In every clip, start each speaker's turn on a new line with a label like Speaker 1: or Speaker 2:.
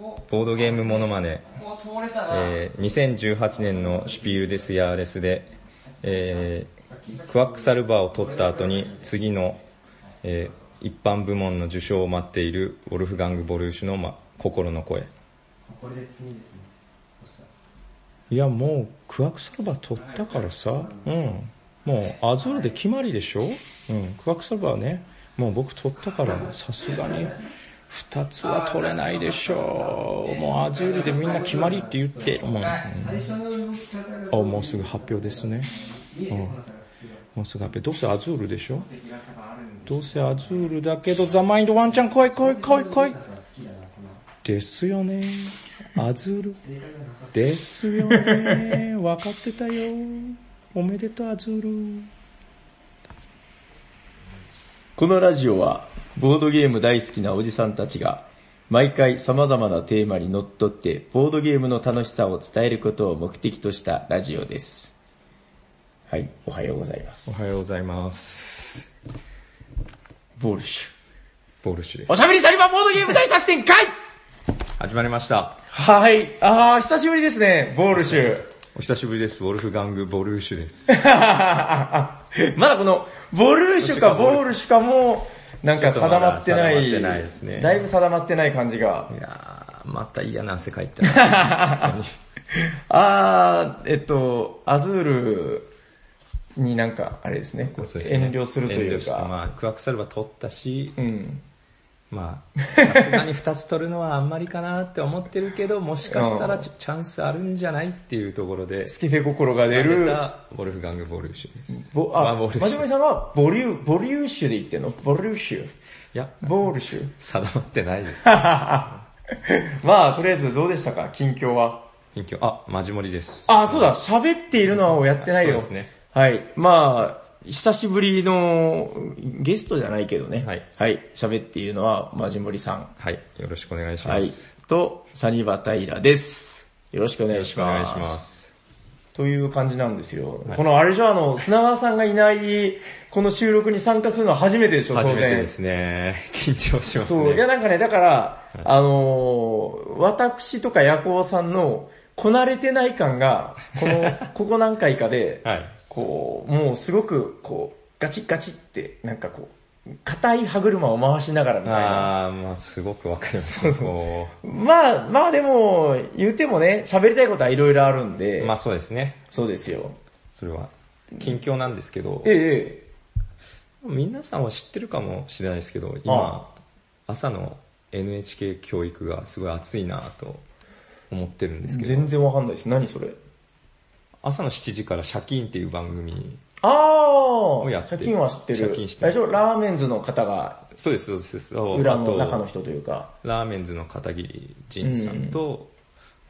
Speaker 1: ボードゲームモノマネ、
Speaker 2: ここ通れたら、
Speaker 1: えー2018年のシュピールデスヤーレスで、えークワックサルバーを取った後に次の、えー一般部門の受賞を待っているウォルフガング・ボルーシュの、ま、心の声。
Speaker 2: これで次ですね。そしたら
Speaker 1: いや、もう、クワクサルバ取ったからさ、うん。もう、アズールで決まりでしょうん。クワクサルバね、もう僕取ったから、さすがに、二つは取れないでしょう。もうアズールでみんな決まりって言ってるもん。うん
Speaker 2: 最初の動き方が、
Speaker 1: あ、もうすぐ発表ですね。
Speaker 2: 家でこなさが必
Speaker 1: もうすぐ発表。どうせアズールでしょ
Speaker 2: 要。敵が多分あるんで、
Speaker 1: どうせアズールだけど、ザマインドワンちゃん来い来い来い来い。
Speaker 2: 好きだな、この
Speaker 1: ですよね。アズール。
Speaker 2: 性格がなさそう
Speaker 1: ですよね。分かってたよ。おめでとう、アズール。
Speaker 3: このラジオは、ボードゲーム大好きなおじさんたちが、毎回様々なテーマにのっとって、ボードゲームの楽しさを伝えることを目的としたラジオです。はい、おはようございます
Speaker 1: お。はようございます。
Speaker 3: ボルシュ。
Speaker 1: ボルシュです。
Speaker 3: おしゃべりサニバーボードゲーム大作戦会
Speaker 1: 始まりました。
Speaker 3: はい、あー、久しぶりですね、ボルシュ。
Speaker 1: お久しぶりです。ウォルフガング・ボルーシュです。
Speaker 3: まだこの、ボルーシュかボールシュかも、なんか定まってな
Speaker 1: ちょっとまだ定まって
Speaker 3: い、
Speaker 1: ないですね
Speaker 3: だいぶ定まってない感じが。
Speaker 1: いやー、また嫌な汗かいたな。
Speaker 3: あー、えっと、アズールになんか、あれですね、こう
Speaker 1: そうですね
Speaker 3: 遠慮するとい
Speaker 1: 遠慮
Speaker 3: う
Speaker 1: して
Speaker 3: か、
Speaker 1: まあ、クワクサルバ取ったし、
Speaker 3: うん。
Speaker 1: まあ、さすがに2つ取るのはあんまりかなって思ってるけど、もしかしたらちょチャンスあるんじゃないっていうところで、
Speaker 3: スケベ心が出
Speaker 1: 出
Speaker 3: る、
Speaker 1: たウォルフガング・ボルーシュです。
Speaker 3: ぼ
Speaker 1: ま
Speaker 3: あ、
Speaker 1: あボ
Speaker 3: ま
Speaker 1: ルシュ
Speaker 3: じまじさんはボリュ、ボリューシュで言ってんのボリューシュ。
Speaker 1: いや、
Speaker 3: ボールシュ。
Speaker 1: 定まってな いです。
Speaker 3: まあ、とりあえずどうでしたか近況は。
Speaker 1: 近況、あ、マジモリです。
Speaker 3: あ、そうだ、喋っているのはやってないよ。
Speaker 1: そうですね。
Speaker 3: はい。まあ、久しぶりのゲストじゃないけどね。
Speaker 1: はい
Speaker 3: はい。喋っているのは、まじもりさん。
Speaker 1: はい、よろしくお願いし
Speaker 3: は
Speaker 1: ま
Speaker 3: い
Speaker 1: す。。
Speaker 3: と、サニバタイラです。よろしくお願いし
Speaker 1: お願
Speaker 3: ま
Speaker 1: い
Speaker 3: す。
Speaker 1: します。
Speaker 3: という感じなんですよ。この、あれじゃあの、砂川さんがいない、この収録に参加するのは初めてでしょ、当
Speaker 1: 初
Speaker 3: 然。
Speaker 1: めてですね。 緊張します
Speaker 3: そう、いや
Speaker 1: ね。
Speaker 3: なんかね、だから、あのー私とか夜行さんの、こなれてない感が、こ の、ここ何回かで、
Speaker 1: はい。
Speaker 3: こう、もうすごく、こう、ガチッガチって、なんかこう、硬い歯車を回しながらみたいな。
Speaker 1: あー、まあすごくわかります。こ
Speaker 3: まあ、まあでも、言うてもね、喋りたいことはいろいろあるんで、
Speaker 1: うまあそうですね。
Speaker 3: そうですよ。
Speaker 1: それは。近況なんですけど、
Speaker 3: え
Speaker 1: 皆さんは知ってるかもしれないですけど、
Speaker 3: あ
Speaker 1: 今、朝の NHK 教育がすごい熱いなと思ってるん
Speaker 3: え、
Speaker 1: ですけど、
Speaker 3: 全然わかんないです。何それ。
Speaker 1: 朝の7時からシャキーンっていう番組、
Speaker 3: ああ、
Speaker 1: やって
Speaker 3: 借
Speaker 1: る
Speaker 3: 金は知ってる。
Speaker 1: 借金知ってる
Speaker 3: あれでしょラーメンズの方が、
Speaker 1: そうです、そうです、そう
Speaker 3: 裏
Speaker 1: あ
Speaker 3: の
Speaker 1: と
Speaker 3: 中の人というか。
Speaker 1: ラーメンズの片桐仁さんと、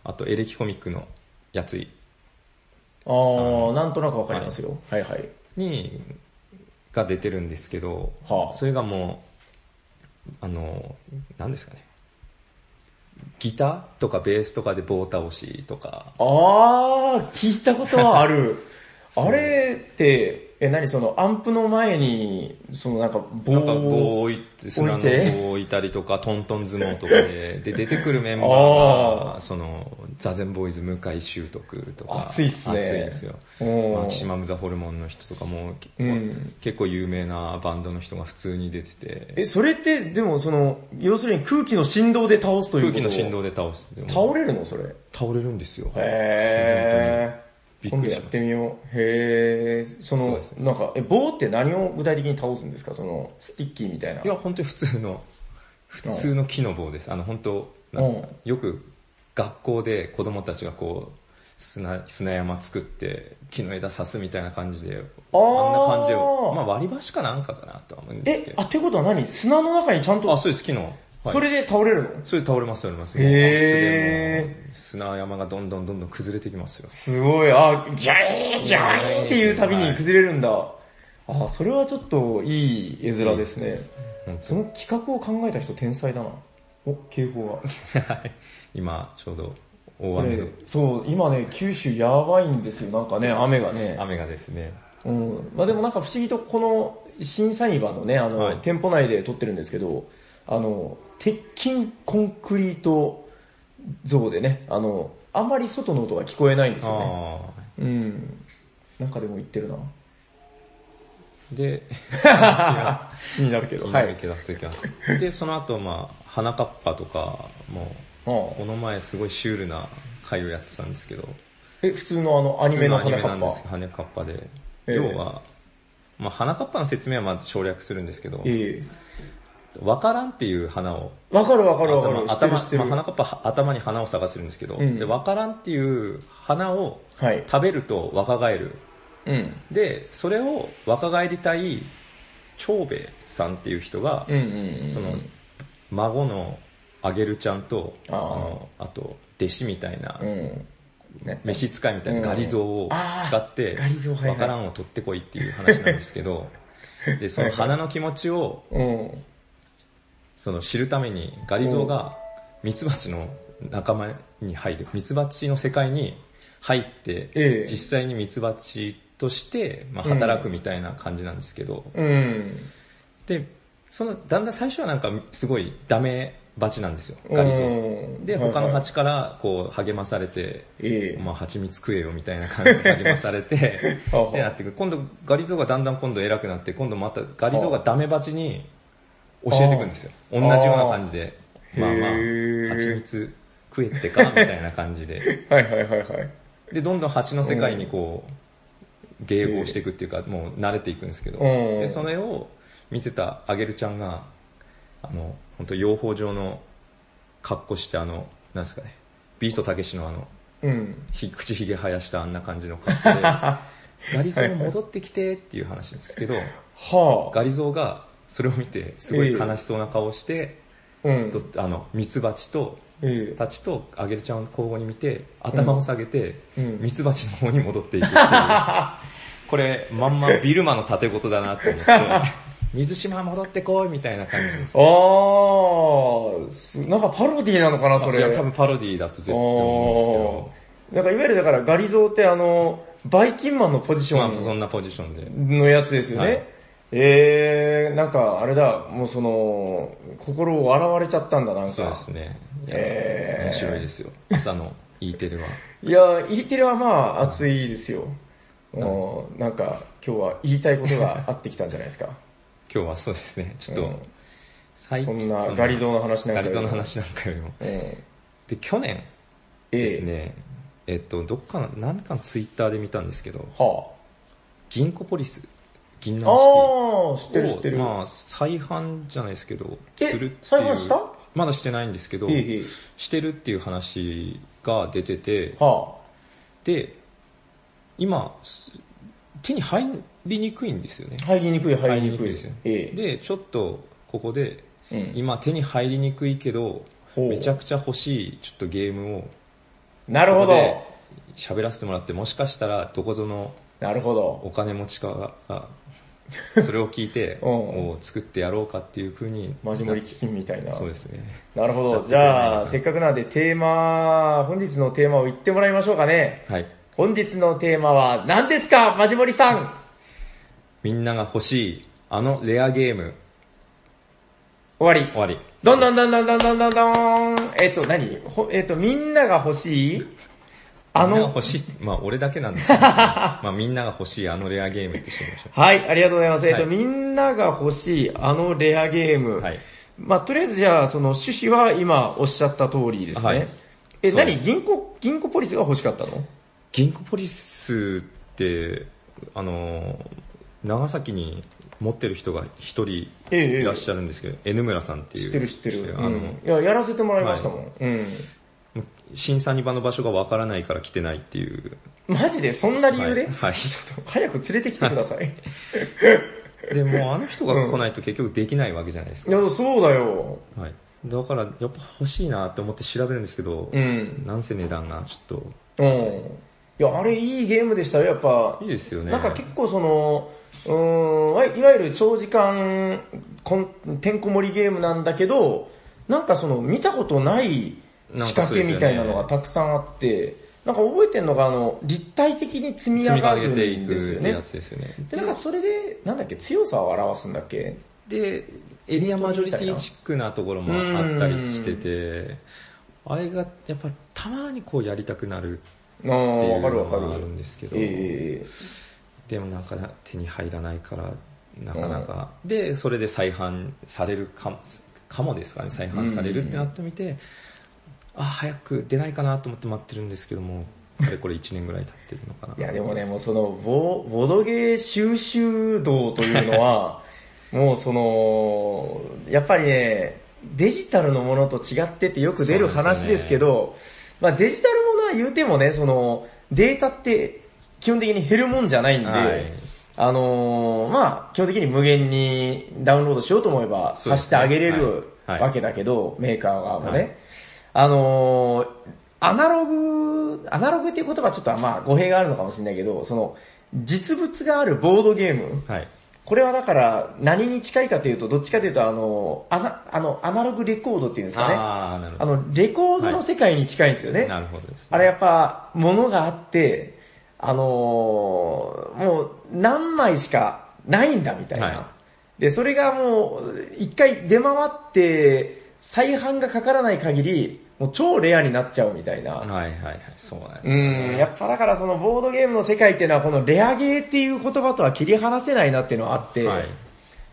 Speaker 1: あとエレキコミックのやつい
Speaker 3: ああ、なんとなくわかりますよ。はいはい。
Speaker 1: に、が出てるんですけど、
Speaker 3: はあ
Speaker 1: それがもう、あの、何ですかね。ギターとかベースとかで棒倒しとか、
Speaker 3: ああ、聞いたことはある。 あれって、え、何その、アンプの前に、そのなんか棒
Speaker 1: なんか
Speaker 3: を、
Speaker 1: 棒を置いて、砂の
Speaker 3: 置いて
Speaker 1: 棒を置いたりとか、トントン相撲とか で、で、出てくるメンバーが、その、座禅ボーイズ向井修徳とか、
Speaker 3: 熱いっすね
Speaker 1: 熱いですよ。
Speaker 3: うん
Speaker 1: マキシマムザホルモンの人とかも、
Speaker 3: うん
Speaker 1: 結構有名なバンドの人が普通に出てて、
Speaker 3: え、それって、でもその、要するに空気の振動で倒すという
Speaker 1: 空
Speaker 3: こと
Speaker 1: 気の振動で倒す。
Speaker 3: 倒れるのそれ。
Speaker 1: 倒れるんですよ。
Speaker 3: へー。今
Speaker 1: 本当に
Speaker 3: 度
Speaker 1: びっくりしました
Speaker 3: やってみよう。へー。そ
Speaker 1: そう
Speaker 3: の、
Speaker 1: です
Speaker 3: なんか、え、棒って何を具体的に倒すんですかその、スティッキーみたいな。
Speaker 1: いや、本当に普 通の、普通の木の棒です。あの、本当なんですか
Speaker 3: うん
Speaker 1: よく学校で子供たちがこう、砂、砂山作って、木の枝刺すみたいな感じ
Speaker 3: あ
Speaker 1: で、
Speaker 3: ー
Speaker 1: あんな感じで、まあ割り箸かなんかかなとは思うんですけ
Speaker 3: え、あ、
Speaker 1: ど。
Speaker 3: ってことは何砂の中にちゃんと、
Speaker 1: あ、そうです、木の。はい
Speaker 3: それで倒れるの
Speaker 1: それで倒れます、倒れます。
Speaker 3: へー
Speaker 1: もうアップでもう砂山がどんどんどんどん崩れてきますよ。
Speaker 3: すごい、あ、ギャーン、ギャーンっていうたびに崩れるんだ。あ、それはちょっといい絵面ですね。
Speaker 1: 本当
Speaker 3: そ
Speaker 1: に
Speaker 3: の企画を考えた人天才だな。お、警報が。
Speaker 1: はい今、ちょうど
Speaker 3: こ
Speaker 1: 大雨
Speaker 3: れ
Speaker 1: の、
Speaker 3: そう、今ね、九州やばいんですよ、なんかね、雨がね。
Speaker 1: 雨がですね。
Speaker 3: うん。まあでもなんか不思議とこの、審査員場のね、あの、
Speaker 1: はい
Speaker 3: 店舗内で撮ってるんですけど、あの、鉄筋コンクリート像でね、あの、あんまり外の音が聞こえないんですよね。
Speaker 1: ああ。
Speaker 3: うん。なんかでも言ってるな。
Speaker 1: で、
Speaker 3: 気になるけど。
Speaker 1: 気に
Speaker 3: は。
Speaker 1: ないる気がする気がする。で、その後、まあ、花かっぱとか、も
Speaker 3: あ
Speaker 1: う、この前すごいシュールな回をやってたんですけど、
Speaker 3: え、普通のあの、アニメの
Speaker 1: 普通
Speaker 3: 花か
Speaker 1: アニメ
Speaker 3: っ
Speaker 1: なんで
Speaker 3: ぱ
Speaker 1: す。けど、花かっぱで。
Speaker 3: ええ
Speaker 1: 要は、まあ、花かっぱの説明はまず省略するんですけど、
Speaker 3: え
Speaker 1: わからんっていう花を、
Speaker 3: えわかるわかるわか
Speaker 1: 頭
Speaker 3: る。、知ってる
Speaker 1: 頭
Speaker 3: 知って
Speaker 1: ま
Speaker 3: る
Speaker 1: あ、。花かっぱは頭に花を探してるんですけど、
Speaker 3: うん
Speaker 1: で、わからんっていう花を
Speaker 3: はい。
Speaker 1: 食べると若返る。
Speaker 3: うん。
Speaker 1: で、それを若返りたい長兵衛さんっていう人が
Speaker 3: う、んうんうん。
Speaker 1: その、孫のあげるちゃんと、
Speaker 3: あー
Speaker 1: あの、あと、弟子みたいな
Speaker 3: う、ん。ね。
Speaker 1: 召使いみたいな
Speaker 3: うん
Speaker 1: ガリゾウを使って、
Speaker 3: あーガリゾウはいはい
Speaker 1: わからんを取ってこいっていう話なんですけど、 で、その花の気持ちを、
Speaker 3: うん。
Speaker 1: その知るために、ガリゾウがミツバチの仲間に入る、ミツバチの世界に入って、
Speaker 3: ええ
Speaker 1: 実際にミツバチとして、まあ、働くみたいな感じなんですけど、
Speaker 3: うん。
Speaker 1: で、その、だんだん最初はなんかすごいダメバチなんですよ、ガリゾウ。
Speaker 3: うん
Speaker 1: で、
Speaker 3: はいはい
Speaker 1: 他の蜂からこう励まされて、
Speaker 3: ええ
Speaker 1: まあ蜂蜜食えよみたいな感じで励まさ れて、
Speaker 3: はあはあ
Speaker 1: ってなってくる。今度ガリゾウがだんだん今度偉くなって、今度またガリゾウがダメバチに教えてくんですよ。同じような感じで。
Speaker 3: あ
Speaker 1: まあまあ、
Speaker 3: へー
Speaker 1: 蜂蜜食えってか、みたいな感じで。
Speaker 3: はいはいはいはい。
Speaker 1: で、どんどん蜂の世界にこ う、迎合していくっていうか、もう慣れていくんですけど、
Speaker 3: うん
Speaker 1: で、それを見てたアゲルちゃんが、あの、本当養蜂場の格好して、あの、なんですかね、ビートたけしのあの、
Speaker 3: うん。
Speaker 1: ひ口ひげ生やしたあんな感じの格好で、ガリゾー戻ってきてっていう話ですけど、
Speaker 3: はあ。
Speaker 1: ガリゾーがそれを見てすごい悲しそうな顔をして、
Speaker 3: うん。
Speaker 1: とあの、ミツバチと、
Speaker 3: ええ
Speaker 1: たちとアゲルちゃんを交互に見て、頭を下げて、
Speaker 3: うん
Speaker 1: ミツバチの方に戻ってい くっていう。これ、まんまビルマの盾事だなっ て思って、水島戻ってこいみたいな感じです。
Speaker 3: あーす、なんかパロディなのかな、そ
Speaker 1: い
Speaker 3: れ。
Speaker 1: や多分パロディーだと絶対思うん
Speaker 3: あ
Speaker 1: です
Speaker 3: ーなんかいわゆるだからガリゾーってあの、バイキンマンのポジシ
Speaker 1: けど、ま
Speaker 3: ョ
Speaker 1: あそ
Speaker 3: ン
Speaker 1: んなポジションで。
Speaker 3: のやつですよね。
Speaker 1: はい
Speaker 3: えー、なんかあれだ、もうその、心を洗われちゃったんだ、なんか。
Speaker 1: そうですね。いや
Speaker 3: えー
Speaker 1: 面白いですよ。朝の E テレは。
Speaker 3: いや、E テレはまあ熱いですよ。もうなんか今日は言いたいことがあってきたんじゃないですか。
Speaker 1: 今日は そうですね。ちょっと、
Speaker 3: うん
Speaker 1: 最
Speaker 3: そんなガリゾーの話なん
Speaker 1: ガ
Speaker 3: かより
Speaker 1: リゾーの。話なんかよりも。
Speaker 3: うん。え
Speaker 1: で、去年です
Speaker 3: え。
Speaker 1: ね、えっと、どっかの、何かのツイッターで見たんですけど、
Speaker 3: は
Speaker 1: 銀コポリス、銀
Speaker 3: あ。
Speaker 1: 南シティ。
Speaker 3: ああ、知ってる知ってる。
Speaker 1: をまあ、再販じゃないですけど、す
Speaker 3: え
Speaker 1: るっていう。
Speaker 3: 再販した
Speaker 1: まだしてないんですけど、
Speaker 3: いいいい
Speaker 1: してるっていう話が出てて、
Speaker 3: は
Speaker 1: で、今、す手に入りにくいんですよね
Speaker 3: あ。。入りにくい入りにくい。
Speaker 1: 入りにくいですよ
Speaker 3: ええ。
Speaker 1: で、ちょっと、ここで、
Speaker 3: うん
Speaker 1: 今手に入りにくいけど、
Speaker 3: ほう
Speaker 1: めちゃくちゃ欲しいちょっとゲームを、
Speaker 3: なるほど。
Speaker 1: ここで喋らせてもらって、もしかしたらどこぞの
Speaker 3: なるほど。
Speaker 1: お金持ちかが、それを聞いて、
Speaker 3: うん
Speaker 1: を作ってやろうかっていう風に。
Speaker 3: マジモリ基金みたいな。
Speaker 1: そうですね。
Speaker 3: なるほ
Speaker 1: やっ
Speaker 3: ど。
Speaker 1: てく
Speaker 3: じ
Speaker 1: れないかな
Speaker 3: ゃあ、せっかくなんでテーマ、本日のテーマを言ってもらいましょうかね。
Speaker 1: はい。
Speaker 3: 本日のテーマは何ですかマジモリさん
Speaker 1: みんなが欲しい、あのレアゲーム、
Speaker 3: 終わり
Speaker 1: 終。わり。
Speaker 3: どんどんどんどんどんどんどんどん。えっと、何ほえっと、みんなが欲しいあ
Speaker 1: みんなが
Speaker 3: の、
Speaker 1: 欲しい、まあ俺だけなんです けど、まあみんなが欲しいあのレアゲームってしてみましょ
Speaker 3: はい、ありがとうございます。えっと、
Speaker 1: はい
Speaker 3: みんなが欲しいあのレアゲーム。
Speaker 1: う。はい。
Speaker 3: まあ、とりあえずじゃあ、その趣旨は今おっしゃった通りですね。
Speaker 1: はい
Speaker 3: え、
Speaker 1: そうで
Speaker 3: 何
Speaker 1: す
Speaker 3: 銀行、銀行ポリスが欲しかったの
Speaker 1: 銀行ポリスって、あの、長崎に持ってる人が一人
Speaker 3: ええええ
Speaker 1: いらっしゃるんですけど、N 村さんっていう。
Speaker 3: 知ってる知ってる。
Speaker 1: あ
Speaker 3: う
Speaker 1: の、
Speaker 3: ん。いや、やらせてもらいましたもん。うん。
Speaker 1: 審査に場の場所がわからないから来てないっていう。
Speaker 3: マジでそんな理由で、
Speaker 1: はいはい
Speaker 3: ちょっと早く連れてきてください。
Speaker 1: でもうあの人が来ないと結局できないわけじゃないです
Speaker 3: い
Speaker 1: か。
Speaker 3: や、そうだよ。
Speaker 1: はい。だからやっぱ欲しいなって思って調べるんですけど、
Speaker 3: うん。
Speaker 1: なんせ値段がちょっ
Speaker 3: うん。いや、あれいいゲームでしたよ、やっぱ
Speaker 1: と、い。いですよね。
Speaker 3: なんか結構その、うーん、いいわゆる長時間、こんてんこ盛りゲームなんだけど、なんかその見たことない仕掛けみたいなのがたくさんあって、なんか覚えてんのがあの、立体的に積み
Speaker 1: 積み
Speaker 3: 上が
Speaker 1: 上げて
Speaker 3: るん
Speaker 1: いく
Speaker 3: ですよ
Speaker 1: ってや
Speaker 3: ね。
Speaker 1: つですよね。
Speaker 3: で、なんかそれで、なんだっけ、強さを表すんだっけ
Speaker 1: で、エリアマジョリティチックなところもあったりしてて、あれがやっぱたまにこうやりたくなる
Speaker 3: ああ、
Speaker 1: ってい
Speaker 3: わ
Speaker 1: う
Speaker 3: かるわ
Speaker 1: の
Speaker 3: か
Speaker 1: がある
Speaker 3: る。
Speaker 1: んですけど、
Speaker 3: ええ
Speaker 1: でもなんかな手に入らないから、なかなか、で、それで再販されるかもかもですかね、再販されるってなってみて、あ、早く出ないかなと思って待ってるんですけども、あれこれ1年ぐらい経ってるのかな。
Speaker 3: いやでもね、もうその、ボボドゲー収集道というの は、もうその、やっぱりね、デジタルのものと違ってってよく出る話ですけど、まあデジタルものは言うてもね、その、データって基本的に減るもんじゃないんで、
Speaker 1: はい
Speaker 3: あのーまあ基本的に無限にダウンロードしようと思えば、
Speaker 1: そう
Speaker 3: さ
Speaker 1: ですね
Speaker 3: してあげれる
Speaker 1: はい
Speaker 3: わけだけど、メーカー側もね。
Speaker 1: はい
Speaker 3: あのーアナログ、アナログっていう言葉はちょっとまあ語弊があるのかもしれないけど、その、実物があるボードゲーム。
Speaker 1: はい。
Speaker 3: これはだから何に近いかというと、どっちかというとあの、アナあの、アナログレコードっていうんですかね。あ
Speaker 1: あー、なるほど。
Speaker 3: の、レコードの世界に近いんですよね。
Speaker 1: なるほどです、ね。
Speaker 3: あれやっぱ、物があって、あのーもう何枚しかないんだみたいな。
Speaker 1: は
Speaker 3: で、それがもう、一回出回って、再販がかからない限り、もう超レアになっちゃうみたいな。
Speaker 1: はいはいはい、そうなんです
Speaker 3: う
Speaker 1: よ
Speaker 3: ん、やっぱだからそのボードゲームの世界っていうのはこのレアゲーっていう言葉とは切り離せないなっていうのはあって、
Speaker 1: はい。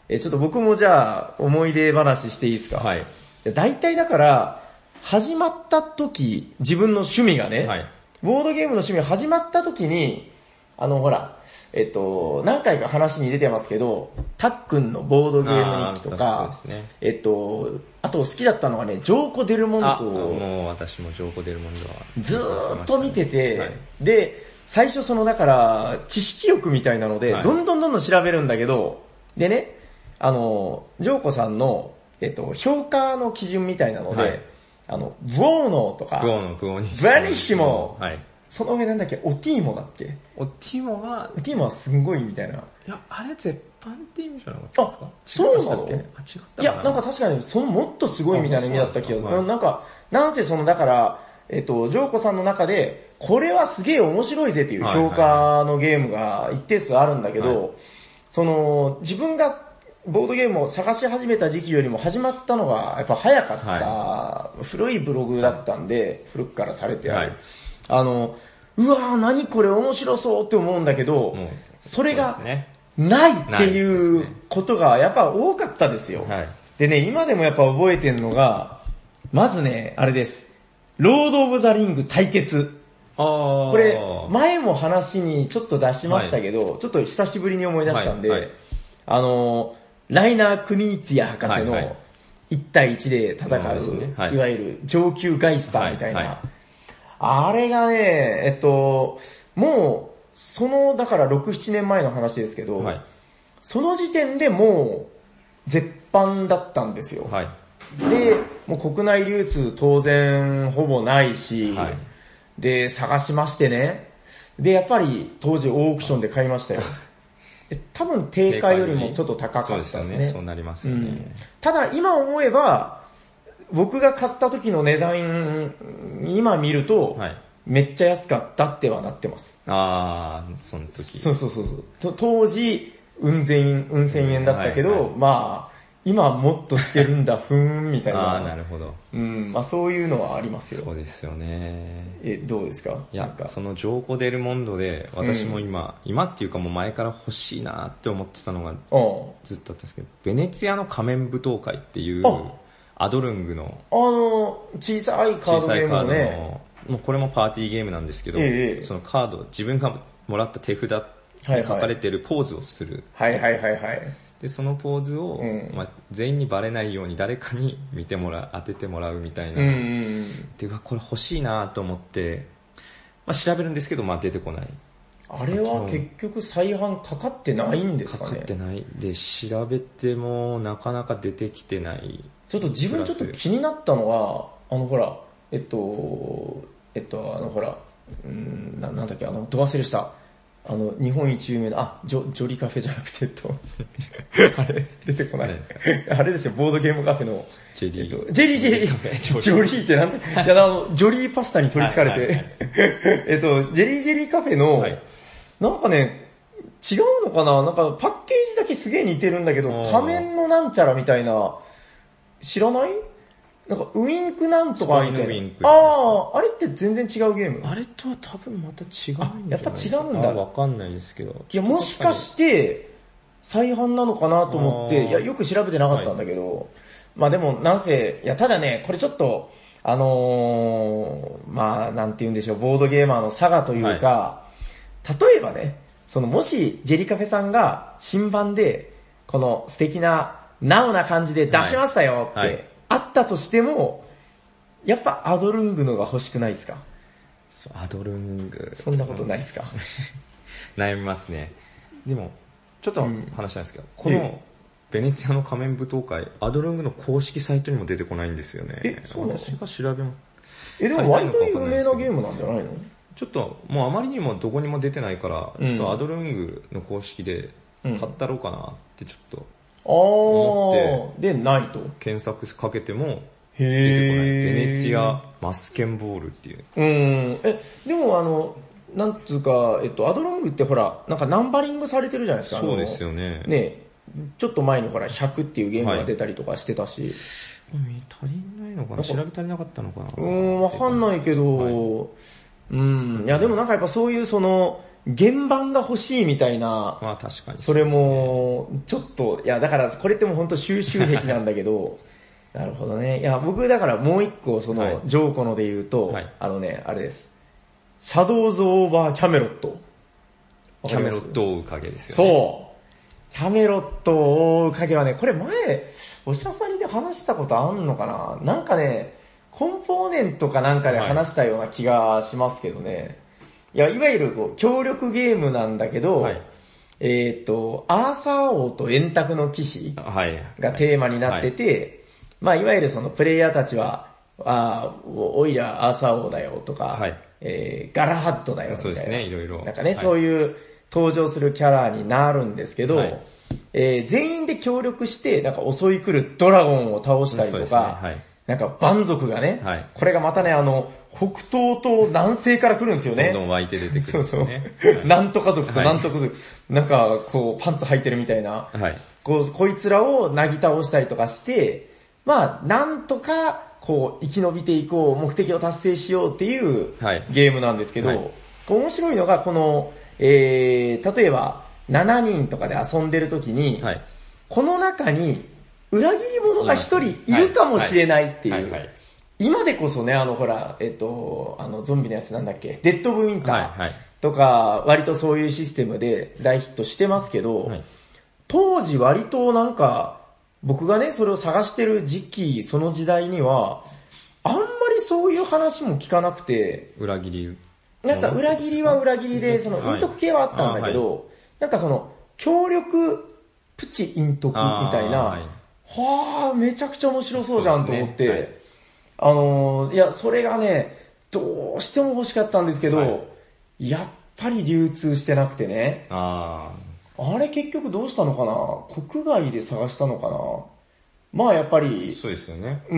Speaker 3: えちょっと僕もじゃあ思い出話していいですか、
Speaker 1: はい。
Speaker 3: いや大体だから、始まった時、自分の趣味がね、
Speaker 1: はい
Speaker 3: ボードゲームの趣味が始まった時に、あのほら、えっと、何回か話に出てますけど、たっくんのボードゲーム日記と
Speaker 1: あー
Speaker 3: か、
Speaker 1: そうですね
Speaker 3: えっと、あと好きだったのがね、ジョーコ・デルモン
Speaker 1: あ、
Speaker 3: ト
Speaker 1: もう私も情報出るもんだわ。
Speaker 3: ずーっと見てて、
Speaker 1: はい
Speaker 3: で、最初そのだから、知識欲みたいなので、
Speaker 1: はい
Speaker 3: どんどんどんどん調べるんだけど、でね、あの、ジョーコさんの、えっと、評価の基準みたいなので、
Speaker 1: はい
Speaker 3: あの、ブオーノとか、
Speaker 1: プオのプオに。
Speaker 3: ブラニッシモ
Speaker 1: はい。
Speaker 3: その上なんだっけ、オティーモだっけ
Speaker 1: お、ティモは
Speaker 3: オ、ティーモはすんごいみたいな。
Speaker 1: いや、あれ絶版って意味じゃなかったですか
Speaker 3: あそうなの
Speaker 1: 違いましたっけあ、違った
Speaker 3: いや、なんか確かに、そのもっとすごいみたいな意味だった気がす
Speaker 1: あそうなんですかは
Speaker 3: る。
Speaker 1: い
Speaker 3: なんか、なんせその、だから、えっと、ジョーコさんの中で、これはすげえ面白いぜっていう評価のゲームが一定数あるんだけ
Speaker 1: はい
Speaker 3: ど、その、自分がボードゲームを探し始めた時期よりも始まったのが、やっぱ早かった、古いブログだったんで、古くからされてある
Speaker 1: はい。
Speaker 3: あの、うわー何これ面白そうって思うんだけど
Speaker 1: もう、
Speaker 3: それ
Speaker 1: そ
Speaker 3: が
Speaker 1: うですね。
Speaker 3: ないってい
Speaker 1: ないうですね
Speaker 3: ことがやっぱ多かったですよ。
Speaker 1: はい。
Speaker 3: でね、今でもやっぱ覚えてんのが、まずね、あれです。ロード・オブ・ザ・リング対決。
Speaker 1: あー
Speaker 3: これ、前も話にちょっと出しましたけど、ちょっと久しぶりに思い出したんで、
Speaker 1: はいはい
Speaker 3: あのー、ライナー・クニーツィア博士
Speaker 1: はいはい
Speaker 3: の1対1で戦う、
Speaker 1: そう
Speaker 3: い
Speaker 1: ですねはい
Speaker 3: わゆる上級ガイスターみたいな、
Speaker 1: はいはい
Speaker 3: あれがね、えっと、もう、その、だから6、7年前の話ですけど、
Speaker 1: はい。
Speaker 3: その時点でもう、絶版だったんですよ。
Speaker 1: はい。
Speaker 3: で、もう国内流通当然ほぼないし、
Speaker 1: はい
Speaker 3: で、探しましてね。で、やっぱり当時オークションで買いま したよ。え多分定価よりもちょっと高かったで
Speaker 1: そう
Speaker 3: す
Speaker 1: よね。
Speaker 3: ね
Speaker 1: そう。なります
Speaker 3: う
Speaker 1: よ
Speaker 3: ん
Speaker 1: ね。
Speaker 3: ただ今思えば、僕が買った時の値段、今見ると、
Speaker 1: はい。
Speaker 3: めっちゃ安かったってはなってます。
Speaker 1: あー、その時。
Speaker 3: そうそうそうそう。と当時、うん千、うん千円だったけど、
Speaker 1: はいはい
Speaker 3: まあ、今もっとしてるんだ、ふーん、みたいな。
Speaker 1: あー、なるほど。
Speaker 3: うん、まあそういうのはありますよ。
Speaker 1: そうですよね。
Speaker 3: え、どうですか
Speaker 1: い
Speaker 3: な
Speaker 1: や
Speaker 3: ん、か。
Speaker 1: そのジョーコ・デルモンドで、私も今、今っていうかもう前から欲しいなって思ってたのが
Speaker 3: うん。
Speaker 1: ずっとあったんですけど、ベネツィアの仮面舞踏会っていう
Speaker 3: あ、
Speaker 1: アドルングの
Speaker 3: あの、小さいカー
Speaker 1: 小
Speaker 3: ド
Speaker 1: さ
Speaker 3: ゲー
Speaker 1: い
Speaker 3: ム
Speaker 1: カー
Speaker 3: の
Speaker 1: ド
Speaker 3: ね、
Speaker 1: の、もうこれもパーティーゲームなんですけど、
Speaker 3: ええ
Speaker 1: そのカード、自分がもらった手札に書かれてるポーズをする。
Speaker 3: はいはいはいはい。
Speaker 1: で、そのポーズを、
Speaker 3: うん
Speaker 1: まあ、全員にバレないように誰かに見てもらう、当ててもらうみたいな。
Speaker 3: うんうん
Speaker 1: で、うわ、これ欲しいなと思って、まあ、調べるんですけど、まあ、出てこない。
Speaker 3: うん。あれは結局再販かかってないんです
Speaker 1: か
Speaker 3: か
Speaker 1: かって
Speaker 3: ね
Speaker 1: ない。で、調べても、なかなか出てきてない。
Speaker 3: ちょっと自分ちょっと気になったのは、あのほら、えっと、えっと、あのほら、うんななんだっけ、あの、ド忘れした。あの、日本一有名な、あ、ジョ、ジョリカフェじゃなくて、えっ と、あれ、出てこない。
Speaker 1: 何ですか
Speaker 3: あれですよ、ボードゲームカフェの、
Speaker 1: ジェリー。
Speaker 3: えっとジェリージェリー。ジョリーってなんだいや、あの、ジョリーパ スタに取り憑かれて。えっと、ジェリージェリーカフェの、
Speaker 1: はい
Speaker 3: なんかね、違うのかななんかパッケージだけすげえ似てるんだけ
Speaker 1: う
Speaker 3: ど
Speaker 1: ん、
Speaker 3: 仮面のなんちゃらみたいな、知らないなんかウインクなんとかみた
Speaker 1: スパイのウイ
Speaker 3: い
Speaker 1: ンク
Speaker 3: な。ああ、あれって全然違うゲーム。
Speaker 1: あれとは多分また違うんじゃない
Speaker 3: あやっぱ違うんだ
Speaker 1: あわかんないですけど。
Speaker 3: いや、もしかして、再販なのかなと思っ
Speaker 1: あ
Speaker 3: て、
Speaker 1: ー
Speaker 3: いや、よく調べてなかったんだけど、まあでも、なんせ、いや、ただね、これちょっと、あのー、まあ、なんて言うんでしょう、ボードゲーマーの差がというか、例えばね、その、もし、ジェリカフェさんが、新版で、この素敵な、ナウな感じで出しましたよって、
Speaker 1: はいはい
Speaker 3: あったとしても、やっぱアドルングのが欲しくないですか
Speaker 1: そうアドルング。
Speaker 3: そんなことないです か、
Speaker 1: 悩みますね。でも、ちょっと
Speaker 3: うん
Speaker 1: 話したいんですけど、このベネチアの仮面舞踏会、アドルングの公式サイトにも出てこないんですよね。
Speaker 3: えそうなの
Speaker 1: 私が調べます。
Speaker 3: え、でも割と有名なゲームなんじゃないの
Speaker 1: ちょっと、もうあまりにもどこにも出てないから、
Speaker 3: うん
Speaker 1: ちょっとアドルングの公式で買ったろうかなってちょっと
Speaker 3: あー、で、ないと。
Speaker 1: 検索かけても出てこない。
Speaker 3: へ
Speaker 1: ベネチアマスケンボールっていう。
Speaker 3: うん。え、でもあの、なんつうか、えっと、アドロングってほら、なんかナンバリングされてるじゃないですか。あの
Speaker 1: そうですよね。
Speaker 3: ね。ちょっと前にほら、100っていうゲームが出たりとかしてたし。
Speaker 1: うん足りないのかな調べ足りなかったのかな
Speaker 3: うーん、わかんないけど、
Speaker 1: は
Speaker 3: うん。いや、でもなんかやっぱそういうその、原版が欲しいみたいな、
Speaker 1: まあ確かに。
Speaker 3: それも、ちょっと、いや、だから、これってもう本当収集癖なんだけ ど、なるほどね。いや、僕、だからもう一個、そ
Speaker 1: はい
Speaker 3: の、ジョーコので言うと、
Speaker 1: はい
Speaker 3: あのね、あれです。シャドウズ・オーバー・キャメロット。わ
Speaker 1: キ
Speaker 3: か
Speaker 1: ャ
Speaker 3: り
Speaker 1: メ
Speaker 3: ま
Speaker 1: ロ
Speaker 3: す
Speaker 1: ットを追う影ですよね。
Speaker 3: そう。キャメロットを追う影はね、これ前、おしゃさりで話したことあんのかななんかね、コンポーネントかなんかで話したような気がしますけどね。い、や、いわゆるこう協力ゲームなんだけど、
Speaker 1: はい
Speaker 3: えっ、と、アーサー王と円卓の騎士
Speaker 1: はい。
Speaker 3: がテーマになってて、い、まあいわゆるそのプレイヤーたちは、ああ、おおいらアーサー王だよとか、
Speaker 1: はい
Speaker 3: えーガラハットだよみたいな。
Speaker 1: そうですねいろいろ
Speaker 3: なんかね、
Speaker 1: はい
Speaker 3: そういう登場するキャラになるんですけど、
Speaker 1: はい
Speaker 3: えー全員で協力して、なんか襲い来るドラゴンを倒したり
Speaker 1: そう
Speaker 3: と
Speaker 1: ですね
Speaker 3: か、
Speaker 1: はい
Speaker 3: なんか蛮族がね、
Speaker 1: はい
Speaker 3: これがまたね、あの、北東と南西から来るんですよ
Speaker 1: ど
Speaker 3: ね。
Speaker 1: んどん湧いて出てくるんです
Speaker 3: そ
Speaker 1: よ
Speaker 3: うそう
Speaker 1: ね。。
Speaker 3: なんとか族と
Speaker 1: はい
Speaker 3: なんとか族、なんかこうパンツ履いてるみたいな。
Speaker 1: はい。
Speaker 3: こう、こいつらをなぎ倒したりとかして、まあ、なんとか、こう、生き延びていこう、目的を達成しようっていう
Speaker 1: はい
Speaker 3: ゲームなんですけど、
Speaker 1: はい
Speaker 3: こう面白いのが、この、えー、例えば、7人とかで遊んでる時に、
Speaker 1: はい。
Speaker 3: この中に、裏切り者が一人いるかもしれないってい
Speaker 1: は
Speaker 3: う
Speaker 1: ははい。
Speaker 3: 今でこそね、あのほら、えっと、あのゾンビのやつなんだっけ、デッド・オブ・ウィンタ
Speaker 1: はいは
Speaker 3: ー
Speaker 1: い
Speaker 3: とか、割とそういうシステムで大ヒットしてますけど、
Speaker 1: はい
Speaker 3: 当時割となんか、僕がね、それを探してる時期、その時代には、あんまりそういう話も聞かなくて、
Speaker 1: 裏切り。
Speaker 3: なんか裏切りは裏切りで、その陰徳系はあったんだけど、なんかその、協力プチ陰徳みたいな、
Speaker 1: あーはい
Speaker 3: はあめちゃくちゃ面白そうじゃんと思って、
Speaker 1: そうですね
Speaker 3: あのーいや、それがね、どうしても欲しかったんですけど、
Speaker 1: はい
Speaker 3: やっぱり流通してなくてね、
Speaker 1: あ
Speaker 3: あれ結局どうしたのかな国外で探したのかなまあやっぱ
Speaker 1: あ、
Speaker 3: り、
Speaker 1: そうですよね。
Speaker 3: うー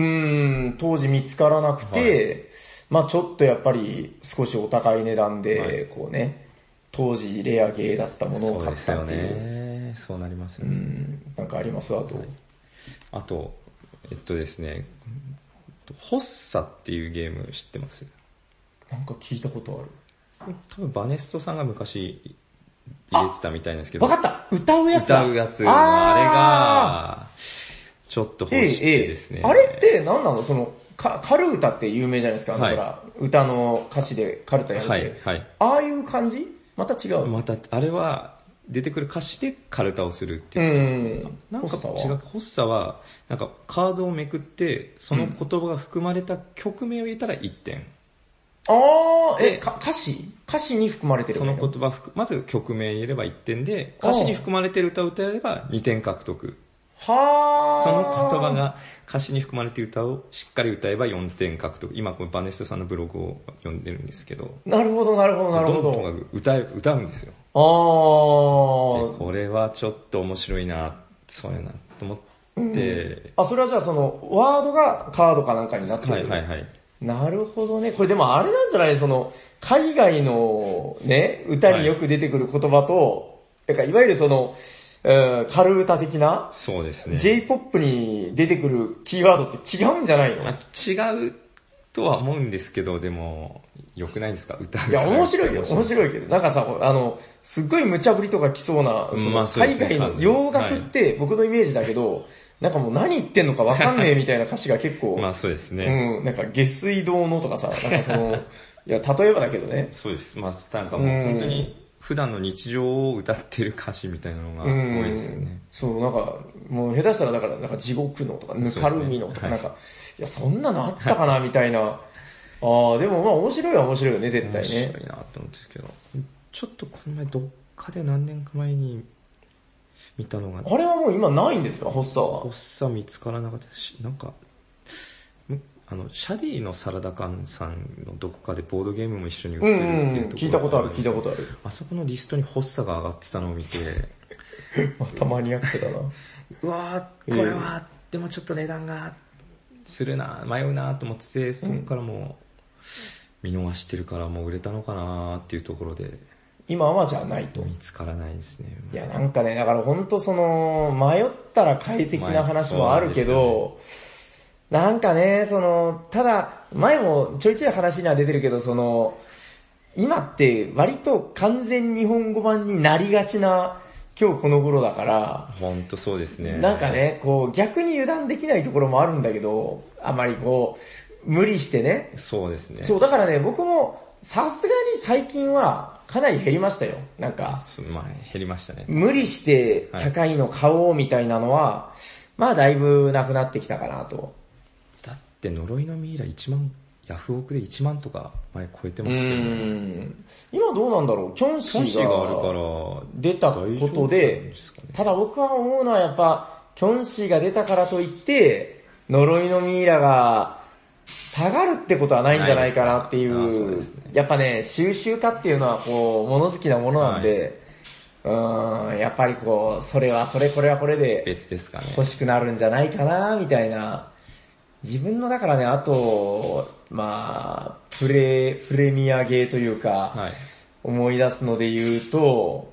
Speaker 3: ん、当時見つからなくて、まあちょっとやっぱり少しお高い値段で、
Speaker 1: はい
Speaker 3: こうね、当時レアゲーだったものを
Speaker 1: そう
Speaker 3: 買
Speaker 1: で
Speaker 3: っ
Speaker 1: す
Speaker 3: た
Speaker 1: よ
Speaker 3: っていう。
Speaker 1: ね。そうなりますよ
Speaker 3: う
Speaker 1: ね。
Speaker 3: ん、なんかありますあと。
Speaker 1: あと、えっとですね、ホッサっていうゲーム知ってます
Speaker 3: なんか聞いたことある。
Speaker 1: 多分バネストさんが昔入れてたみたいなんですけど。
Speaker 3: わかった歌うやつだ
Speaker 1: 歌うやつのあれが、ちょっと欲
Speaker 3: ええ
Speaker 1: しくてです
Speaker 3: え
Speaker 1: ね。
Speaker 3: えあれって何なのその、か、カル歌って有名じゃないですか、あの
Speaker 1: はい
Speaker 3: ほら、歌の歌詞でカルタやるって。
Speaker 1: はい、はい。
Speaker 3: ああいう感じまた違う。
Speaker 1: また、あれは、出てくる歌詞でカルタをするって
Speaker 3: う
Speaker 1: いう。
Speaker 3: ん。
Speaker 1: なんか
Speaker 3: ポスターは
Speaker 1: 違う、ホッサは、なんかカードをめくって、その言葉が含まれた曲名を入れたら1点。
Speaker 3: ああ、
Speaker 1: で
Speaker 3: え、か歌詞歌詞に含まれてる
Speaker 1: その言
Speaker 3: と。
Speaker 1: 葉含、まず曲名入れれば1点で、歌詞に含まれてる歌を歌えれば2点獲得。
Speaker 3: はあ。
Speaker 1: その言葉。が歌詞に含まれている歌をしっかり歌えば4点獲得。今このバネストさんのブログを読んでるんですけど、
Speaker 3: なるほど、なるほど、なるほ
Speaker 1: んど
Speaker 3: ど。
Speaker 1: ん歌え、歌うんですよ。
Speaker 3: あ
Speaker 1: でこれはちょっと面白いな、そうやな、と思って、
Speaker 3: あ。あ、それはじゃあその、ワードがカードかなんかになってる。
Speaker 1: はいはいはい。
Speaker 3: なるほどね。これでもあれなんじゃないその、海外のね、歌によく出てくる言葉と、だからいわゆるその、えー、軽歌的な、
Speaker 1: そうですね。
Speaker 3: J-POP に出てくるキーワードって違うんじゃないの
Speaker 1: まあ、違うとは思うんですけど、でも、良くないですか歌う
Speaker 3: いや、面白いよ、面
Speaker 1: い。
Speaker 3: 白いけど。なんかさ、あの、すっごい無茶ぶりとか来そうな、そ
Speaker 1: ま
Speaker 3: の
Speaker 1: あそう
Speaker 3: 海
Speaker 1: ですね
Speaker 3: 外の
Speaker 1: はい
Speaker 3: 洋楽って僕のイメージだけど、なんかもう何言ってんのかわかんねえみたいな歌詞が結構、
Speaker 1: まあそうですね。
Speaker 3: うん、なんか下水道のとかさ、なんかそ の、いや、例えばだけどね。
Speaker 1: そうです。まあ、なんかもう本当に普段の日常を歌ってる歌詞みたいなのが多
Speaker 3: うん
Speaker 1: いですよね。
Speaker 3: そう、なんか、もう下手したらだから、なんか地獄のとか、ぬかるみのとか、
Speaker 1: はい
Speaker 3: なんか、いや、そんなのあったかな、みたいな。ああでもまあ面白いは面白いよね、絶対
Speaker 1: 面
Speaker 3: ね
Speaker 1: 白。いなと思うんですけど。ちょっとこの前どっかで何年か前に見たのが、
Speaker 3: あれはもう今ないんですか、発作は。
Speaker 1: 発作見つからなかったし、なんか、むあの、シャディのサラダ缶さんのどこかでボードゲームも一緒に売っ
Speaker 3: う
Speaker 1: て
Speaker 3: ん
Speaker 1: る
Speaker 3: う、
Speaker 1: っていうんところ
Speaker 3: 聞いたことある、聞いたことある。
Speaker 1: あそこのリストに発作が上がってたのを見て、
Speaker 3: またマニアックだな。
Speaker 1: うわー、これは、でもちょっと値段が、するな、迷うなと思ってて、そこからもう、見逃してるからもう売れたのかなっていうところで、
Speaker 3: 今はじゃあないと。
Speaker 1: 見つからないですね。
Speaker 3: いや、なんかね、だから本当その、迷ったら快適な話もあるけど、なんかね、その、ただ、前もちょいちょい話には出てるけど、その、今って割と完全日本語版になりがちな今日この頃だから、
Speaker 1: ほんとそうですね。
Speaker 3: なんか、ね、こう逆に油断できないところもあるんだけど、あまりこう、無理してね、
Speaker 1: そうですね。
Speaker 3: そう、だからね、僕も、さすがに最近は、かなり減りましたよ。なんか、
Speaker 1: そまあ、減りましたね。
Speaker 3: 無理して高いの買おうみたいなのは、まあだいぶなくなってきたかなと。
Speaker 1: だって呪いのミイラ1万、ヤフオクで1万とか前超えて
Speaker 3: う
Speaker 1: ましたよね。
Speaker 3: ーん。今どうなんだろうキョンシ
Speaker 1: 本誌
Speaker 3: ー
Speaker 1: が
Speaker 3: が
Speaker 1: あるから、
Speaker 3: 出たこと
Speaker 1: 大丈夫なん
Speaker 3: で、
Speaker 1: すかね
Speaker 3: ただ僕は思うのはやっぱ、キョンシーが出たからといって、呪いのミイラが下がるってことはないんじゃないかなってい
Speaker 1: ないですねあーそう
Speaker 3: う
Speaker 1: ですね、
Speaker 3: やっぱね、収集家っていうのはこう、物好きなものなんで、うーん、やっぱりこう、それはそれ、これはこれで
Speaker 1: 別ですかね。
Speaker 3: 欲しくなるんじゃないかな、みたいな。自分のだからね、あと、まあ、プレ、プレミアゲーというか、
Speaker 1: はい。
Speaker 3: 思い出すので言うと、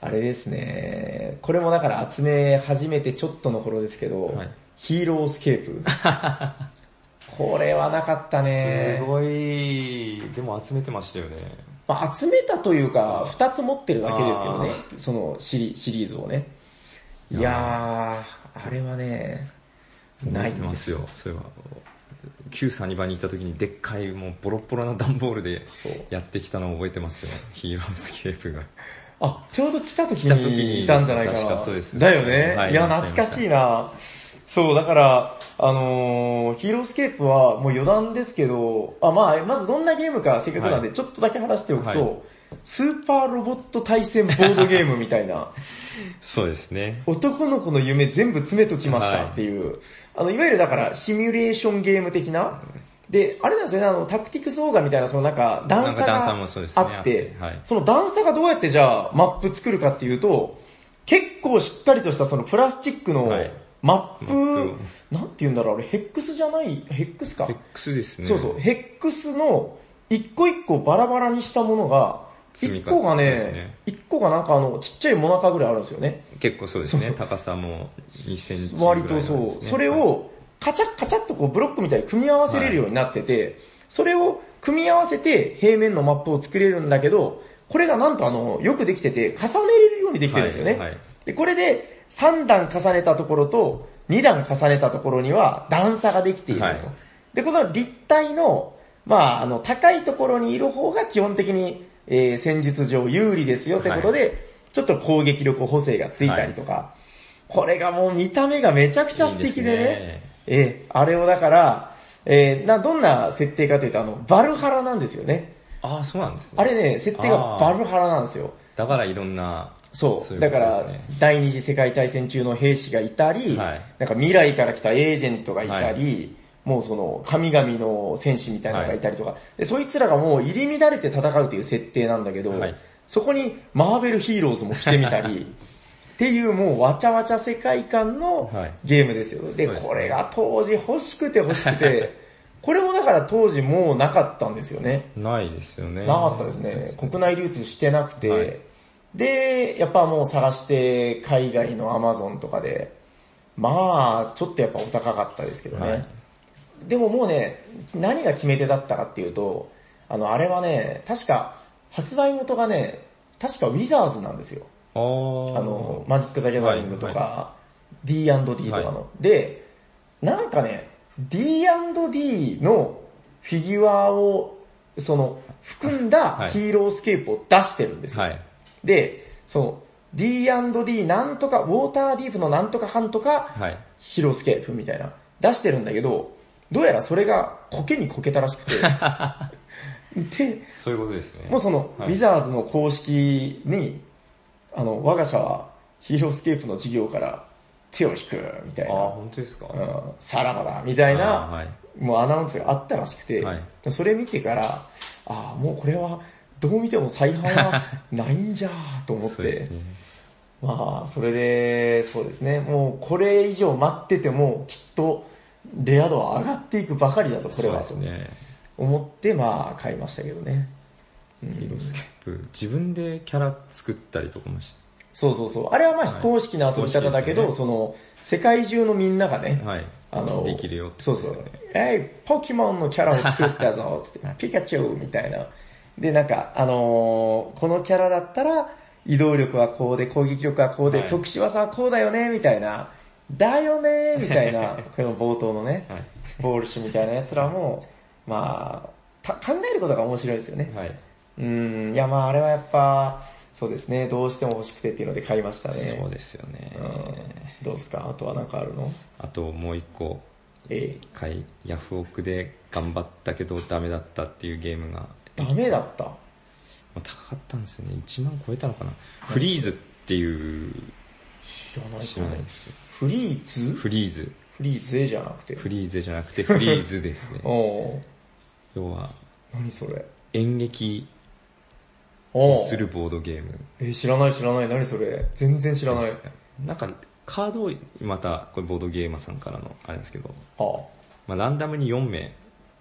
Speaker 3: あれですね、これもだから集め始めてちょっとの頃ですけど、
Speaker 1: はい
Speaker 3: ヒーロースケ ープ。これはなかったね。
Speaker 1: すごい、でも集めてましたよね。
Speaker 3: まあ、集めたというか、二つ持ってるだけですけどね、そのシリシリーズをね。いやー、あれはね、な
Speaker 1: 泣
Speaker 3: い
Speaker 1: いて
Speaker 3: ん
Speaker 1: ま
Speaker 3: です
Speaker 1: すよ、それは。旧サニバに行った時にでっかいもうボロボロな段ボールで
Speaker 3: そう
Speaker 1: やってきたのを覚えてますよ。ヒーロースケープが。
Speaker 3: あ、ちょうど来た時
Speaker 1: 来た時
Speaker 3: に
Speaker 1: に
Speaker 3: いたんじゃないかな。
Speaker 1: 確かそうです
Speaker 3: だよね。、
Speaker 1: はいい
Speaker 3: や、
Speaker 1: いらっしゃいました
Speaker 3: 懐かしいな。そう、だから、あのーヒーロースケープはもう余談ですけど、あ、まあ、まずどんなゲームかせっかくなんで、
Speaker 1: は
Speaker 3: ちょっとだけ話しておくと、
Speaker 1: はい
Speaker 3: スーパーロボット対戦ボードゲームみたいな、
Speaker 1: そうですね。
Speaker 3: 男の子の夢全部詰めときましたっていう、あの、いわゆるだから、シミュレーションゲーム的な、で、あれなんですよね、あの、タクティクスオーガみたいな、そのなんか、段差
Speaker 1: なんか段差
Speaker 3: が
Speaker 1: もそうです
Speaker 3: あ
Speaker 1: ね
Speaker 3: って
Speaker 1: あってはい、
Speaker 3: その段差がどうやってじゃあ、マップ作るかっていうと、結構しっかりとしたそのプラスチックの
Speaker 1: はい
Speaker 3: マップ
Speaker 1: マップを、
Speaker 3: なんて言うんだろう、あれ、ヘックスじゃない、ヘックスか。
Speaker 1: X ですね。
Speaker 3: そうそう、ヘックスの一個一個バラバラにしたものが、
Speaker 1: 積み
Speaker 3: 一
Speaker 1: 重ね
Speaker 3: 個が
Speaker 1: です
Speaker 3: ね
Speaker 1: ね、
Speaker 3: 一個がなんかあの、ちっちゃいモナカぐらいあるんですよね。
Speaker 1: 結構そうですね。高さも2センチぐらい
Speaker 3: 割
Speaker 1: なんで
Speaker 3: と
Speaker 1: す
Speaker 3: そ
Speaker 1: ね、
Speaker 3: う、それをカチャッカチャッとこうブロックみたいに組み合わせれるようになってて、それを組み合わせて平面のマップを作れるんだけど、これがなんとあの、よくできてて、重ねれるようにできてるんですよね。
Speaker 1: はいはい
Speaker 3: で、これで3段重ねたところと2段重ねたところには段差ができていると。
Speaker 1: はい
Speaker 3: で、この立体の、まあ、あの、高いところにいる方が基本的に、えー戦術上有利ですよってことで、ちょっと攻撃力補正がついたりとか、これがもう見た目がめちゃくちゃ素敵でね。
Speaker 1: いいですね
Speaker 3: ええあれをだから、えーな、どんな設定かというと、あの、バルハラなんですよね。
Speaker 1: ああ、そうなんですね。
Speaker 3: あれね、設定がバルハラなんですよ。
Speaker 1: だからいろんな、
Speaker 3: そう。
Speaker 1: そういうこ
Speaker 3: だ
Speaker 1: と
Speaker 3: から
Speaker 1: ですね、
Speaker 3: 第二次世界大戦中の兵士がいたり、
Speaker 1: はい
Speaker 3: なんか未来から来たエージェントがいたり、もうその神々の戦士みたいなのがいたりとか、で、そいつらがもう入り乱れて戦うという設定なんだけど、
Speaker 1: はい
Speaker 3: そこにマーベルヒーローズも来てみた り、っていうもうわちゃわちゃ世界観の
Speaker 1: はい
Speaker 3: ゲームですよ。で、
Speaker 1: そうですね
Speaker 3: これが当時欲しくて欲しく て、これもだから当時もうなかったんですよね。
Speaker 1: ないですよね。
Speaker 3: なかったですね。国内流通してなくて、
Speaker 1: はい
Speaker 3: で、やっぱもう探して、海外のアマゾンとかで、まあ、ちょっとやっぱお高かったですけどね。
Speaker 1: はい
Speaker 3: でももうね、何が決め手だったかっていうと、あの、あれはね、確か、発売元がね、確かウィザーズなんですよ。
Speaker 1: あ
Speaker 3: あ
Speaker 1: ー
Speaker 3: の、マジック・ザ・ギャザリングとか、
Speaker 1: は
Speaker 3: D&D とかの、
Speaker 1: は
Speaker 3: で、なんかね、D&D のフィギュアを、その、含んだ
Speaker 1: はい
Speaker 3: ヒーロースケープを出してるんですよ。
Speaker 1: はい。
Speaker 3: で、その、D&D なんとか、ウォーターディープのなんとか半とか、
Speaker 1: はい。
Speaker 3: ヒーロースケープみたいな、出してるんだけど、どうやらそれが苔にこけたらし くて、で、
Speaker 1: そういうことですね
Speaker 3: もうその、
Speaker 1: はい
Speaker 3: ウィザーズの公式に、あの、我が社はヒーロースケープの事業から手を引く、みたい
Speaker 1: ああ、
Speaker 3: な、
Speaker 1: 本当ですか
Speaker 3: うん、さらばだ、みたい
Speaker 1: あー
Speaker 3: な、
Speaker 1: はい。
Speaker 3: もうアナウンスがあったらしくて、
Speaker 1: はい
Speaker 3: それ見てから、ああ、もうこれは、どう見ても再販はないんじゃーと思っ
Speaker 1: そうで
Speaker 3: て
Speaker 1: す、ね。
Speaker 3: まあ、それで、そうですね、もうこれ以上待ってても、きっと、レア度は上がっていくばかりだぞ、これ
Speaker 1: そう
Speaker 3: は、
Speaker 1: ですね。
Speaker 3: と思って、まあ、買いましたけどね。うん
Speaker 1: ヒーロースケープ。自分でキャラ作ったりとかもし
Speaker 3: そうそうそう。あれはまあ
Speaker 1: はい
Speaker 3: 非公式な遊び方だけど、
Speaker 1: 非公式です
Speaker 3: その、世界中のみんながね、
Speaker 1: はい。
Speaker 3: あの、
Speaker 1: できるよって
Speaker 3: そ
Speaker 1: こ
Speaker 3: う
Speaker 1: と
Speaker 3: そ
Speaker 1: ですよ
Speaker 3: う
Speaker 1: ね。
Speaker 3: えい、ポケモンのキャラを作ったぞ、つって、ピカチュウみたいな。で、なんか、あのーこのキャラだったら、移動力はこうで、攻撃力はこうで、
Speaker 1: はい
Speaker 3: 特殊技はこうだよね、みたいな。だよね、みたい な、この冒頭のね、
Speaker 1: はい。
Speaker 3: ボールシュみたいな奴らも、まあ、た考えることが面白いですよね。
Speaker 1: はい。
Speaker 3: うん、いやまああれはやっぱ、そうですね、どうしても欲しくてっていうので買いましたね。
Speaker 1: そうですよね。
Speaker 3: うん、どうですかあとはなんかあるの
Speaker 1: あともう一個、
Speaker 3: え
Speaker 1: 一回ヤフオクで頑張ったけどダメだったっていうゲームが、
Speaker 3: え、ダメだった。
Speaker 1: まあ高かったんですね。1万超えたのかな。フリーズっていう、
Speaker 3: 知らないか
Speaker 1: 知らないです。
Speaker 3: フリーズ
Speaker 1: フリーズ。
Speaker 3: フリーズじゃなくて。。
Speaker 1: フリーズじゃなくてフリーズですね
Speaker 3: おう
Speaker 1: 要は、
Speaker 3: 何それ
Speaker 1: 演劇
Speaker 3: おう
Speaker 1: するボードゲーム。
Speaker 3: えー知らない知らない、何それ全然知らない。
Speaker 1: なんか、カードを、また、これボードゲーマーさんからのあれなんですけど、
Speaker 3: は
Speaker 1: まあ、ランダムに4名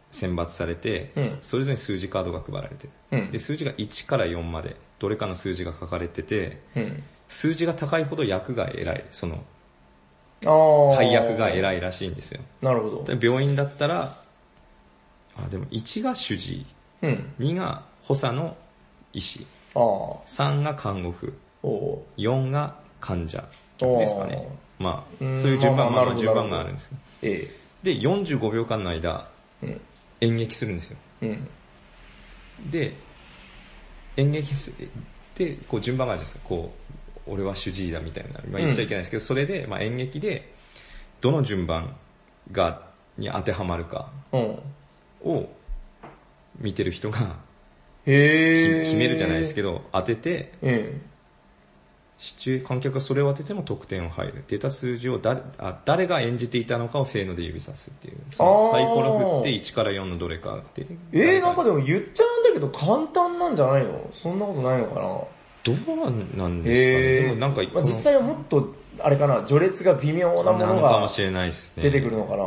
Speaker 1: 選抜されて、
Speaker 3: うん
Speaker 1: それぞれ数字カードが配られて、
Speaker 3: あ、うん
Speaker 1: で、。数字が1から4まで、どれかの数字が書かれてて、
Speaker 3: うん。
Speaker 1: 数字が高いほど役が偉い、その、
Speaker 3: ああ。
Speaker 1: 配役が偉いらしいんですよ。
Speaker 3: なるほど。
Speaker 1: で病院だったら、あ、でも1が主治医、
Speaker 3: うん。
Speaker 1: 2が補佐の医師、
Speaker 3: ああ。お
Speaker 1: 3が看護婦、
Speaker 3: う
Speaker 1: 4が患者ですかね。まあ、
Speaker 3: うーん
Speaker 1: そういう順番、
Speaker 3: ま
Speaker 1: ま
Speaker 3: あま
Speaker 1: あま
Speaker 3: あ
Speaker 1: あ
Speaker 3: なる
Speaker 1: 順
Speaker 3: ほど
Speaker 1: 番があるんですよ。
Speaker 3: え
Speaker 1: で、45秒間の間、
Speaker 3: え。うん。
Speaker 1: 演劇するんですよ。
Speaker 3: うん。
Speaker 1: で、演劇す、で、こう順番があるじゃないですか。こう、俺は主治医だみたいな。まあ言っちゃいけないですけど、それで、まあ演劇で、どの順番が、に当てはまるか
Speaker 3: うん。
Speaker 1: を、見てる人が、き
Speaker 3: へえ。
Speaker 1: 決めるじゃないですけ
Speaker 3: ど。
Speaker 1: ど、当てて、
Speaker 3: うん。
Speaker 1: シチュエ観客がそれを当てても得点を入る。出た数字を誰あ誰が演じていたのかをせーので指さすっていう。そ
Speaker 3: あ
Speaker 1: の
Speaker 3: ー
Speaker 1: サイコロ振って1から4のどれかって。
Speaker 3: えー、なんかでも言っちゃうんだけど簡単なんじゃないのそんなことないのかな
Speaker 1: どうなんですかね。
Speaker 3: え
Speaker 1: でもなんか、
Speaker 3: まあ、実際はもっと、あれかな、序列が微妙
Speaker 1: こ
Speaker 3: なも
Speaker 1: の
Speaker 3: の
Speaker 1: なのかも
Speaker 3: が
Speaker 1: しれないですね。
Speaker 3: 出てくるのかな。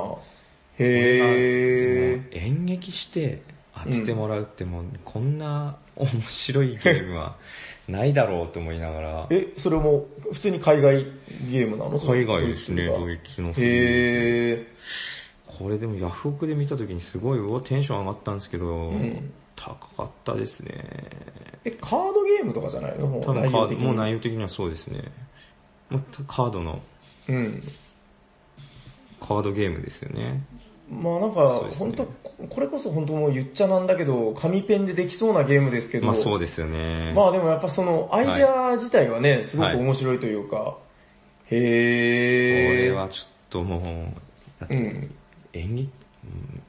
Speaker 3: へ
Speaker 1: その演劇して当ててもらうってもう、こんな面白いゲームはないだろうと思いながら
Speaker 3: ー。、 え、それも普通に海外ゲームなの
Speaker 1: 海外ですね、ドイ
Speaker 3: ツ
Speaker 1: ツの。
Speaker 3: とか。へー。
Speaker 1: これでもヤフオクで見た時にすごい、うわテンション上がったんですけど、
Speaker 3: ん
Speaker 1: 高かったですね。
Speaker 3: え、カードゲームとかじゃないのも
Speaker 1: 多
Speaker 3: う
Speaker 1: 分
Speaker 3: 内
Speaker 1: カ
Speaker 3: 容
Speaker 1: ード、
Speaker 3: 的に。
Speaker 1: もう内容的にはそうですね。もうたカードの、
Speaker 3: うん。
Speaker 1: カードゲームですよね。
Speaker 3: まあなん
Speaker 1: そう
Speaker 3: か、
Speaker 1: です
Speaker 3: 本
Speaker 1: ね
Speaker 3: 当ここれこそ本当もう言っちゃなんだけど、紙ペンでできそうなゲームですけど。
Speaker 1: まあそうですよね。
Speaker 3: まあでもやっぱそのアイデア自体はね、すごく面白いというか、
Speaker 1: こ
Speaker 3: へー。
Speaker 1: れはちょっともう、だって
Speaker 3: うん。
Speaker 1: 演劇、うん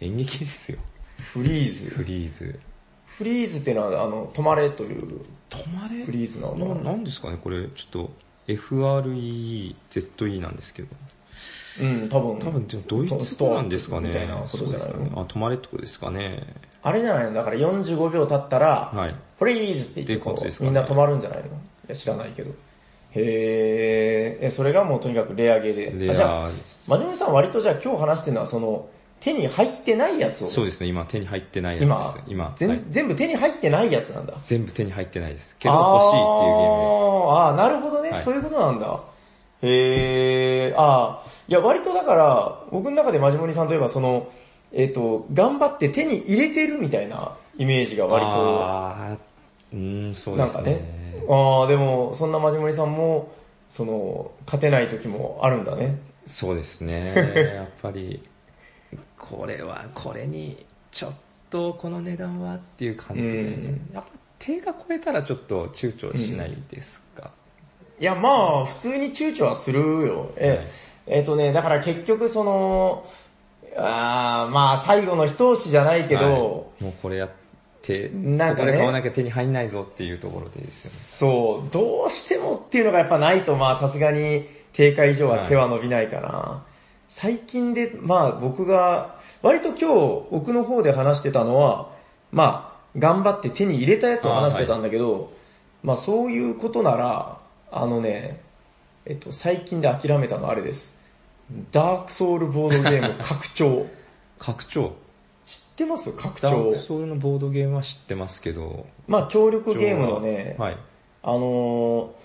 Speaker 1: 演劇ですよ。
Speaker 3: フリーズ。
Speaker 1: フリーズ。
Speaker 3: フリーズってのは、あの、止まれという
Speaker 1: 止まれ
Speaker 3: フリーズなの
Speaker 1: な
Speaker 3: かな。
Speaker 1: なんですかねこれ、ちょっと FREZE なんですけど。
Speaker 3: うん、多分。
Speaker 1: 多分、でもドイツ語なんですかね。
Speaker 3: みたいなことじゃない
Speaker 1: そう
Speaker 3: の、
Speaker 1: ですかねあ、止まれってことですかね。
Speaker 3: あれじゃないのだから45秒経ったら、
Speaker 1: はい。
Speaker 3: フリーズって言ってこ
Speaker 1: ってこと
Speaker 3: う
Speaker 1: ですか
Speaker 3: み
Speaker 1: ね
Speaker 3: んな止まるんじゃないのいや、知らないけど。へー。え、それがもうとにかくレアゲーで。あ
Speaker 1: レ
Speaker 3: じゃあ
Speaker 1: ア、
Speaker 3: 真面目さん割とじゃあ今日話してるのはその、手に入ってないやつを。
Speaker 1: そうですね、今手に入ってないやつ
Speaker 3: 今
Speaker 1: です。今、
Speaker 3: 全
Speaker 1: はい
Speaker 3: 全部手に入ってないやつなんだ。
Speaker 1: 全部手に入ってないです。けど欲しいっていう
Speaker 3: あ
Speaker 1: ゲームで
Speaker 3: ーあー、なるほどね、
Speaker 1: はい
Speaker 3: そういうことなんだ。へえ、ああ、いや割とだから、僕の中でマジモリさんといえばその、えっ、と、頑張って手に入れてるみたいなイメージが
Speaker 1: す。
Speaker 3: 割と、
Speaker 1: あーうーん、そう
Speaker 3: な
Speaker 1: で
Speaker 3: んか
Speaker 1: す
Speaker 3: ね。
Speaker 1: ね。
Speaker 3: ああ、でも、そんなマジモリさんも、その、勝てない時もあるんだね。
Speaker 1: そうですね、やっぱり、これは、これに、ちょっとこの値段はっていう感じで、ねやっぱ手が超えたらちょっと躊躇しないですか。
Speaker 3: いや、まあ、普通に躊躇はするよ。え、
Speaker 1: はい
Speaker 3: えっ、とね、だから結局その、ああ、まあ、最後の一押しじゃないけど、
Speaker 1: はいもうこれやって、
Speaker 3: なんかね
Speaker 1: ここで買わなきゃ手に入んないぞっていうところでです
Speaker 3: そう、どうしてもっていうのがやっぱないと、まあさすがに定価以上は手は伸びないかな。最近で、まあ僕が、割と今日奥の方で話してたのは、まあ頑張って手に入れたやつを話してたんだけど、まあそういうことなら、あのね、えっと最近で諦めたのはあれです。ダークソウルボードゲーム拡張。
Speaker 1: よね。拡張。
Speaker 3: 知ってます拡
Speaker 1: ダー
Speaker 3: 張
Speaker 1: ク。ソウルのボードゲームは知ってますけど。
Speaker 3: まあ協力ゲームのね、
Speaker 1: はい。
Speaker 3: あのー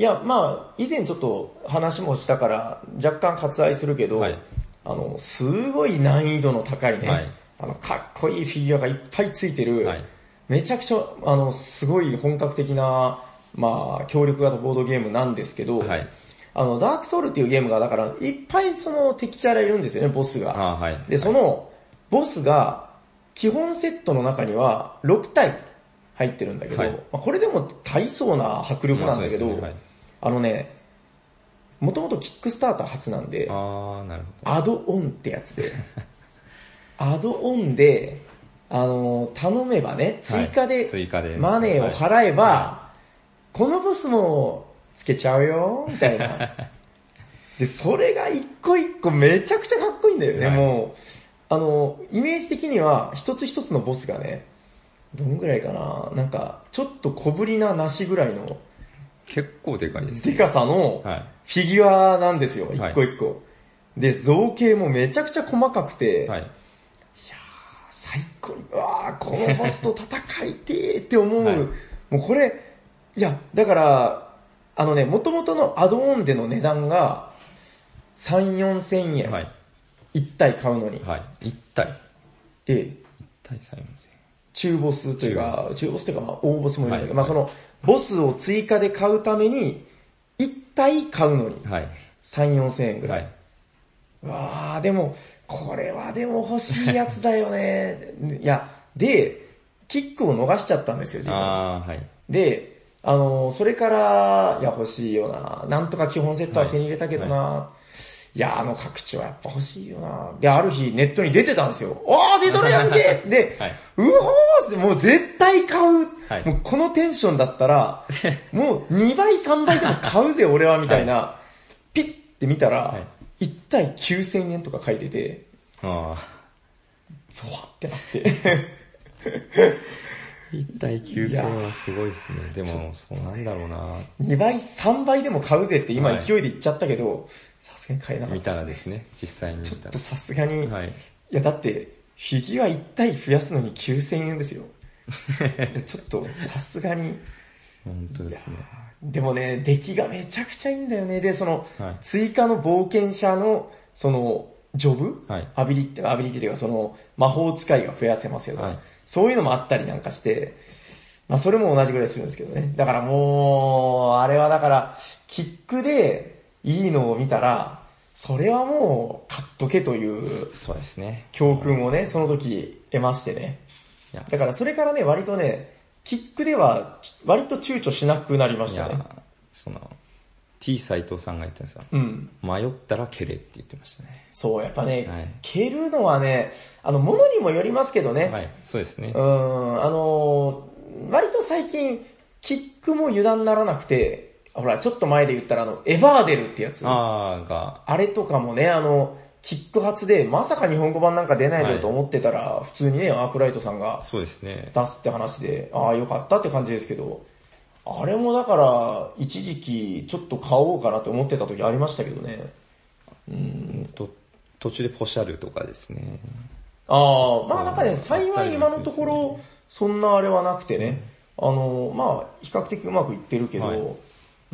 Speaker 3: いや、まあ以前ちょっと話もしたから、若干割愛するけど、
Speaker 1: はい
Speaker 3: あの、すごい難易度の高いね、
Speaker 1: はい
Speaker 3: あの、かっこいいフィギュアがいっぱいついてる、
Speaker 1: はい
Speaker 3: めちゃくちゃ、あの、すごい本格的な、まあ、協力型ボードゲームなんですけど、
Speaker 1: はい。
Speaker 3: あの、ダークソウルっていうゲームが、だから、いっぱいその敵キャラいるんですよね、ボスが。
Speaker 1: あーはい。
Speaker 3: で、その、ボスが、基本セットの中には6体入ってるんだけど、
Speaker 1: はい
Speaker 3: まあこれでも大層な迫力なんだけど、あ
Speaker 1: まあそうですねはい
Speaker 3: のね、もともとキックスターター初なんで、
Speaker 1: あー、なるほ
Speaker 3: アドオンってやつ で、アドオンで、あの、頼めばね、
Speaker 1: ど。は
Speaker 3: 追
Speaker 1: い
Speaker 3: 加で、
Speaker 1: 追加で。
Speaker 3: マネーを払えば、
Speaker 1: は
Speaker 3: このボスもつけちゃうよ、みたい な。で、それが一個一個めちゃくちゃかっこいいんだよね、
Speaker 1: はい
Speaker 3: もう。あの、イメージ的には一つ一つのボスがね、どんぐらいかな、なんか、ちょっと小ぶりな梨ぐらいの
Speaker 1: 結構でかいです。
Speaker 3: デカさの
Speaker 1: はい。
Speaker 3: フィギュアなんですよ、
Speaker 1: はい
Speaker 3: 一個一個。で、造形もめちゃくちゃ細かくて、
Speaker 1: はい。
Speaker 3: 最高に、うわあこのボスと戦いてーって思う。
Speaker 1: はい
Speaker 3: もうこれ、いや、だから、あのね、元々のアドオンでの値段が、3、4千円。
Speaker 1: はい。
Speaker 3: 1体買うのに。
Speaker 1: はい。一体。
Speaker 3: ええ
Speaker 1: 一体3 4 0
Speaker 3: 中ボスというか、中ボスというか、まあ、大ボスもいるんだけど、
Speaker 1: はい
Speaker 3: まあその、ボスを追加で買うために、1体買うのに、
Speaker 1: はい。
Speaker 3: 3、4千円ぐら。
Speaker 1: はいい。
Speaker 3: わあでも、これはでも欲しいやつだよね。いや、で、キックを逃しちゃったんですよ、自分。
Speaker 1: あー、はい。
Speaker 3: で、あの、それから、いや、欲しいよな。なんとか基本セットは手に入れたけどな。いや、あの拡張やっぱ欲しいよな。で、ある日ネットに出てたんですよ。あー出とるやんけ で、
Speaker 1: はいう
Speaker 3: ほーって、もう絶対買う、
Speaker 1: はい
Speaker 3: もうこのテンションだったら、 もう2倍3倍でも買うぜ俺はみたいな、ピッて見たら、
Speaker 1: はい
Speaker 3: 1体9000円とか書いてて、
Speaker 1: あー。
Speaker 3: ゾワってなって。
Speaker 1: 一体9000はすごいですね。でも、そうなんだろうな
Speaker 3: 2倍3倍でも買うぜって今
Speaker 1: はい
Speaker 3: 勢いで言っちゃったけど、さすがに買えなかっ
Speaker 1: 見
Speaker 3: た
Speaker 1: た
Speaker 3: です
Speaker 1: らですね、実際に見
Speaker 3: ちょったとさすがに、、
Speaker 1: ら。はいい。
Speaker 3: やだって、フィギュア1体増やすのに9000円 ですよ。ちょっと、さすがに。
Speaker 1: 本当ですね。
Speaker 3: でもね、出来がめちゃくちゃいいんだよね。で、その、
Speaker 1: はい
Speaker 3: 追加の冒険者の、その、ジョブ、
Speaker 1: はい
Speaker 3: アビリティ、アビリティというか、その、魔法使いが増やせますよ、ね
Speaker 1: はい
Speaker 3: そういうのもあったりなんかして、まあそれも同じぐらいするんですけどね。だからもう、あれはだから、キックでいいのを見たら、それはもう、買っとけという
Speaker 1: そうですね。
Speaker 3: 教訓をね、その時得ましてね
Speaker 1: いや。
Speaker 3: だからそれからね、割とね、キックでは、割と躊躇しなくなりまし
Speaker 1: い
Speaker 3: たね。
Speaker 1: や、その、T 斎藤さんが言ったんですよ。
Speaker 3: うん。
Speaker 1: 迷ったら蹴れって言ってましたね。
Speaker 3: そう、やっぱね、
Speaker 1: はい
Speaker 3: 蹴るのはね、あの、ものにもよりますけどね、
Speaker 1: はい、そうですね
Speaker 3: う。ん、あのー、割と最近、キックも油断ならなくて、ほら、ちょっと前で言ったらあの、エバーデルってやつ。あ
Speaker 1: あーが、
Speaker 3: れとかもね、あの、キック発で、まさか日本語版なんか出ないぞと思ってたら、普通にね、アークライトさんが
Speaker 1: そうですね。
Speaker 3: 出すって話で、ああ、よかったって感じですけど、あれもだから、一時期、ちょっと買おうかなって思ってた時ありましたけどね。
Speaker 1: と、途中でポシャルとかですね。
Speaker 3: ああ、まあなんかね、幸い今のところ、そんなあれはなくてね、あの、まあ、比較的うまくいってるけど、
Speaker 1: はいう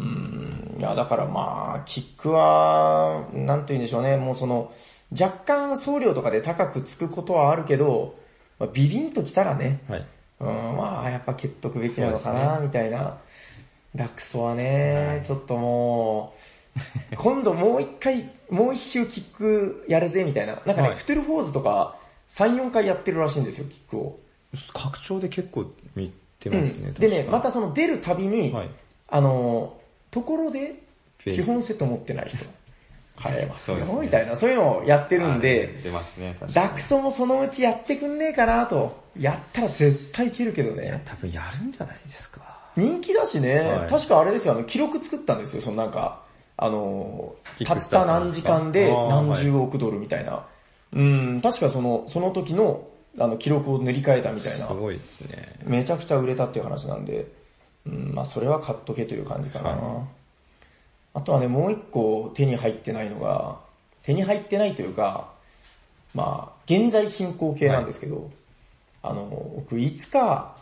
Speaker 3: ーん、いや、だからまあ、キックは、なんて言うんでしょうね、もうその、若干送料とかで高くつくことはあるけど、まあ、ビビンときたらね、
Speaker 1: はい。
Speaker 3: うん、まあ、やっぱ蹴っとくべきなのかな、みたいな。ラクソはね、ちょっともう、今度もう一回、もう一周キックやるぜ、みたいな。なんかね、
Speaker 1: はい
Speaker 3: クトゥルフォーズとか、3、4回やってるらしいんですよ、キックを。
Speaker 1: 拡張で結構見て
Speaker 3: う
Speaker 1: ますね。
Speaker 3: ん。でね、
Speaker 1: 確か
Speaker 3: またその出るたびに、
Speaker 1: はい。
Speaker 3: あの、ところで、
Speaker 1: フェイス
Speaker 3: 基本セット持ってない人、買えますよ、
Speaker 1: そうですね
Speaker 3: みたいな、そういうのをやってるんで、
Speaker 1: 出ますね、確かに
Speaker 3: ラクソもそのうちやってくんねえかなと。やったら絶対蹴るけどね。
Speaker 1: 多分やるんじゃないですか。
Speaker 3: 人気だしね、
Speaker 1: はい
Speaker 3: 確かあれですよ、あの、記録作ったんですよ、そのなんか、あの
Speaker 1: キ
Speaker 3: ー、
Speaker 1: ッ
Speaker 3: た
Speaker 1: ク
Speaker 3: っ
Speaker 1: スター
Speaker 3: た
Speaker 1: ト
Speaker 3: 何時間で
Speaker 1: あー
Speaker 3: 何十億ドルみたいな。うん、確かその、その時の、あの、記録を塗り替えたみたい
Speaker 1: す
Speaker 3: な。
Speaker 1: ごいですね。
Speaker 3: めちゃくちゃ売れたっていう話なんで、うん、まあそれは買っとけという感じかな。
Speaker 1: は
Speaker 3: あとはね、もう一個手に入ってないのが、手に入ってないというか、まあ、現在進行形なんですけど、あの、僕いつか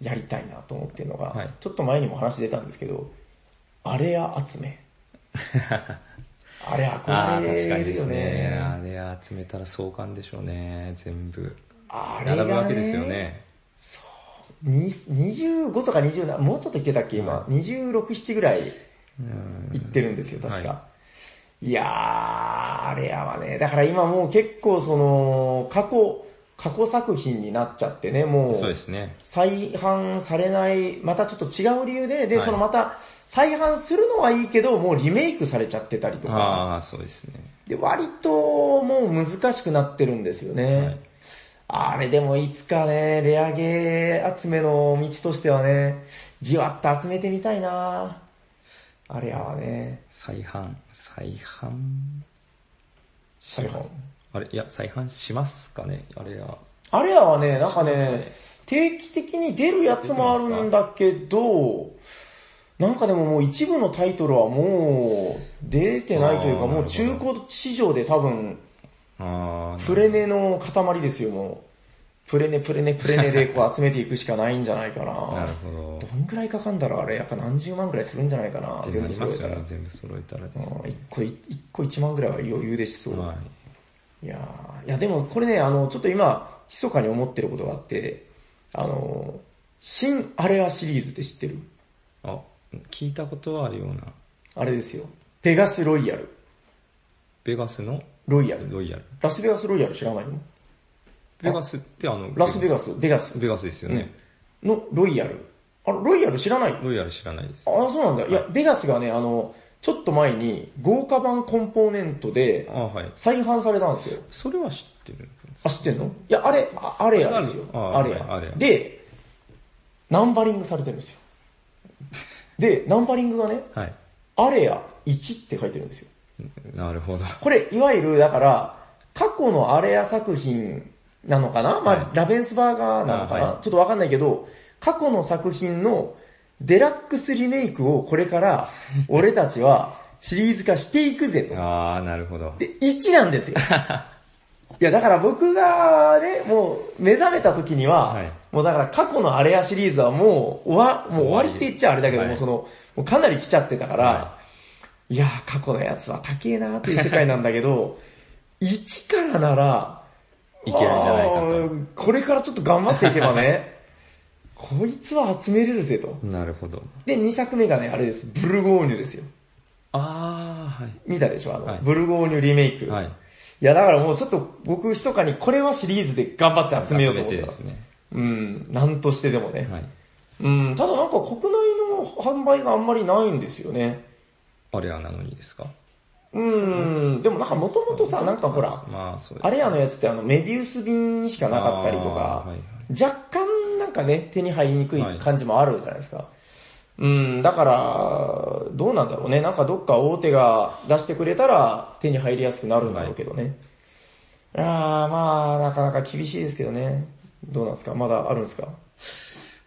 Speaker 3: やりたいなと思ってるのが、
Speaker 1: はい
Speaker 3: ちょっと前にも話出たんですけど、あれや集 め。あれ
Speaker 1: あ
Speaker 3: 憧
Speaker 1: あ、確か
Speaker 3: れる
Speaker 1: にで
Speaker 3: よ
Speaker 1: すね。
Speaker 3: ね。
Speaker 1: あれ集めたら壮観でしょうね、全部。
Speaker 3: あれが、ね、
Speaker 1: 並ぶわけですよね。
Speaker 3: に25とか27、もうちょっといってたっけ今、26、7ぐらい
Speaker 1: うん
Speaker 3: 行ってるんですよ、確か。、
Speaker 1: はい
Speaker 3: やー、あれやわね。だから今もう結構その、過去、過去作品になっちゃってね、もう。
Speaker 1: そうですね。
Speaker 3: 再販されない、またちょっと違う理由で、で、
Speaker 1: はい
Speaker 3: そのまた、再販するのはいいけど、もうリメイクされちゃってたりとか、
Speaker 1: ああ、そうですね。
Speaker 3: で、割ともう難しくなってるんですよね。
Speaker 1: はい
Speaker 3: あれでもいつかね、レアゲー集めの道としてはね、じわっと集めてみたいなあれやわね。
Speaker 1: 再販、再販
Speaker 3: 再販
Speaker 1: あれ、いや、再販しますかねあれは。
Speaker 3: あれやはね、なんか
Speaker 1: そうですよね
Speaker 3: ね、定期的に出るやつもあるんだけど、なんかでももう一部のタイトルはもう出てないという
Speaker 1: あ
Speaker 3: か、
Speaker 1: ー
Speaker 3: もう中古市場で多分
Speaker 1: ああ。
Speaker 3: プレネの塊ですよ、もう。プレネ、プレネ、プレネ でこう集めていくしかないんじゃないかな。
Speaker 1: なるほ
Speaker 3: どんぐらいかかんだろうあれ、やっぱ何十万ぐらいするんじゃないかな
Speaker 1: ど。。って
Speaker 3: 全
Speaker 1: な
Speaker 3: 部
Speaker 1: り
Speaker 3: 揃
Speaker 1: ま
Speaker 3: え
Speaker 1: す
Speaker 3: た
Speaker 1: よ
Speaker 3: ら。
Speaker 1: ね、全部揃えたらです
Speaker 3: うん
Speaker 1: ね
Speaker 3: 一。個い、一個一万ぐらいは余裕でしそう。、
Speaker 1: はい
Speaker 3: やーいやでもこれね、あの、ちょっと今、密かに思ってることがあって、あの、新アレアシリーズって知ってる
Speaker 1: い。あ、聞いたことはあるような。
Speaker 3: あれですよ。ペガスロイヤル。
Speaker 1: ベガスの
Speaker 3: ロイヤル。
Speaker 1: ロイヤル。
Speaker 3: ラスベガスロイヤル知らないの
Speaker 1: ベガスってあの、
Speaker 3: ラスベガス、ベガス
Speaker 1: ベガスですよね。
Speaker 3: のロイヤル。あれ、ロイヤル知らない
Speaker 1: ロイヤル知らないです。
Speaker 3: あ、そうなんだ。いや、ベガスがね、あの、ちょっと前に豪華版コンポーネントで
Speaker 1: あはい。
Speaker 3: 再販されたんですよ。
Speaker 1: それは知ってるんです
Speaker 3: あ、知ってんのいや、あれ、ああれやですよ。
Speaker 1: あ
Speaker 3: あれ
Speaker 1: あれ
Speaker 3: や
Speaker 1: や。
Speaker 3: で、ナンバリングされてるんですよ。で、ナンバリングがね、
Speaker 1: はい。
Speaker 3: あれや1って書いてるんですよ。
Speaker 1: なるほど。
Speaker 3: これ、いわゆる、だから、過去のあれや作品なのかなまあ、
Speaker 1: はい
Speaker 3: ラベンスバーガーなのかな、
Speaker 1: あは
Speaker 3: ちょっとわかんないけど、過去の作品のデラックスリメイクをこれから、俺たちはシリーズ化していくぜと。
Speaker 1: ああ、なるほど。
Speaker 3: で、1なんですよ。 いや、だから僕がね、もう目覚めた時には、
Speaker 1: はい
Speaker 3: もうだから過去のあれやシリーズはもう終わ、もう終わりって言っちゃあれだけども、
Speaker 1: はい
Speaker 3: その、もうかなり来ちゃってたから、、
Speaker 1: はい
Speaker 3: やー、過去のやつは高えなーっていう世界なんだけど、1からなら、
Speaker 1: いけるんじゃないかと
Speaker 3: あーこれからちょっと頑張っていけばね、 こいつは集めれるぜと。
Speaker 1: なるほど。
Speaker 3: で、2作目がね、あれです。ブルゴーニュですよ。
Speaker 1: ああ、はい。
Speaker 3: 見たでしょあの、
Speaker 1: はい
Speaker 3: ブルゴーニュリメイク。
Speaker 1: はい。
Speaker 3: いや、だからもうちょっと僕、密かにこれはシリーズで頑張って集めようと思って
Speaker 1: 集め
Speaker 3: ま。
Speaker 1: ですすね。
Speaker 3: うん、なんとしてでもね。
Speaker 1: はい。
Speaker 3: うん、ただなんか国内の販売があんまりないんですよね。
Speaker 1: あれやなのにですか
Speaker 3: うん、でもなんかもともとさ、なんかほら、
Speaker 1: まあ、そうです。
Speaker 3: あれやのやつってあの、メビウス瓶しかなかったりとか
Speaker 1: あーはい、
Speaker 3: 若干なんかね、手に入りにくい感じもあるじゃないですか。うん、だから、どうなんだろうね。なんかどっか大手が出してくれたら手に入りやすくなるんだろうけどね。ああまあ、なかなか厳しいですけどね。どうなんですかまだあるんですか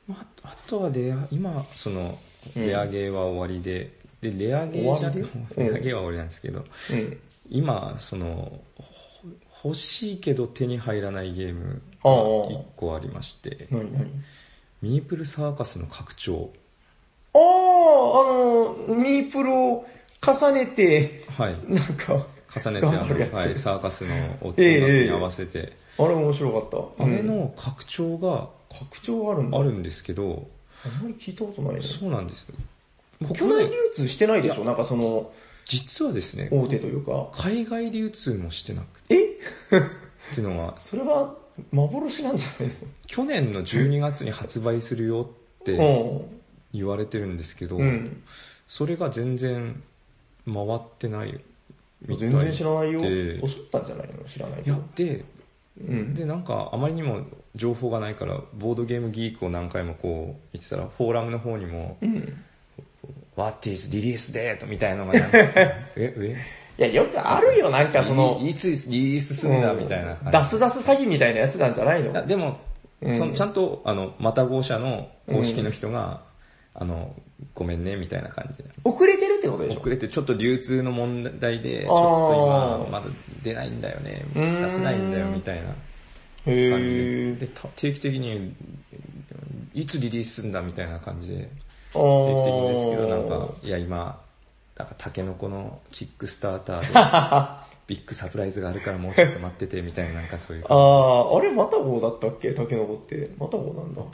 Speaker 1: まあ、あとはレア、今、その、
Speaker 3: うん
Speaker 1: レアゲーは終わりで、で、レアゲーじゃな
Speaker 3: 終
Speaker 1: く
Speaker 3: わりで
Speaker 1: レアゲーは終わりなんですけど、
Speaker 3: うん。
Speaker 1: 今、その、ほ欲しいけど手に入らないゲーム
Speaker 3: あ
Speaker 1: が
Speaker 3: あ
Speaker 1: 一個ありまして、
Speaker 3: 何何
Speaker 1: ミープルサーカスの拡張。
Speaker 3: ああ、あの、ミープロを重ねて、
Speaker 1: はい。
Speaker 3: なんか、
Speaker 1: 重ねて、あ
Speaker 3: 頑張るや
Speaker 1: の、
Speaker 3: つ
Speaker 1: はい、サーカスの音楽
Speaker 3: ええええ
Speaker 1: に合わせて、
Speaker 3: あれ面白かった。
Speaker 1: あれの拡張が
Speaker 3: 拡張あるんだ。
Speaker 1: あるんですけど、
Speaker 3: あんまり聞いたことないね。
Speaker 1: そうなんですよ。
Speaker 3: 国
Speaker 1: 国
Speaker 3: 内流
Speaker 1: 内、
Speaker 3: 通してないでしょなんかその、
Speaker 1: 実はですね、
Speaker 3: 大手というか。
Speaker 1: 海外流通もしてなくて、
Speaker 3: え
Speaker 1: っていうのは、
Speaker 3: それは幻なんじゃない
Speaker 1: 去年の12月に発売するよって
Speaker 3: の
Speaker 1: 言われてるんですけど、
Speaker 3: うん。うん。
Speaker 1: それが全然回ってないみたい
Speaker 3: 全然知らないよ。
Speaker 1: で
Speaker 3: 襲ったんじゃないの知らない
Speaker 1: い
Speaker 3: け
Speaker 1: や
Speaker 3: ど。、
Speaker 1: で、
Speaker 3: うん。
Speaker 1: で、なんかあまりにも情報がないから、ボードゲームギークを何回もこう言ってたら、フォーラムの方にも、
Speaker 3: うん。
Speaker 1: What is release date? みたいなのが なんか、え、え
Speaker 3: いや、よくあるよ、なんかその、
Speaker 1: いいつリリースするんだみたいな
Speaker 3: うん
Speaker 1: 感
Speaker 3: ダ
Speaker 1: じ。
Speaker 3: スダス詐欺みたいなやつなんじゃないの
Speaker 1: いやでも、
Speaker 3: うん
Speaker 1: そのちゃんと、あの、また号社の公式の人が、あの、ごめんね、みたいな感じで。
Speaker 3: 遅れてるってことでしょ
Speaker 1: 遅れて、ちょっと流通の問題で、ち
Speaker 3: あー
Speaker 1: ょっと今、まだ出ないんだよね、
Speaker 3: うーん
Speaker 1: 出せないんだよ、みたいな感じ
Speaker 3: へ
Speaker 1: で。
Speaker 3: ー
Speaker 1: で、た定期的に、いつリリースするんだ、みたいな感じで。
Speaker 3: あ
Speaker 1: 定期的
Speaker 3: ー
Speaker 1: にですけど、なんか、いや今、なんかタケノコのキックスターター で、ビッグサプライズがあるからもうちょっと待ってて、みたいな、なんかそういう。
Speaker 3: あー、あれまた号だったっけタケノコって。また号なんだ。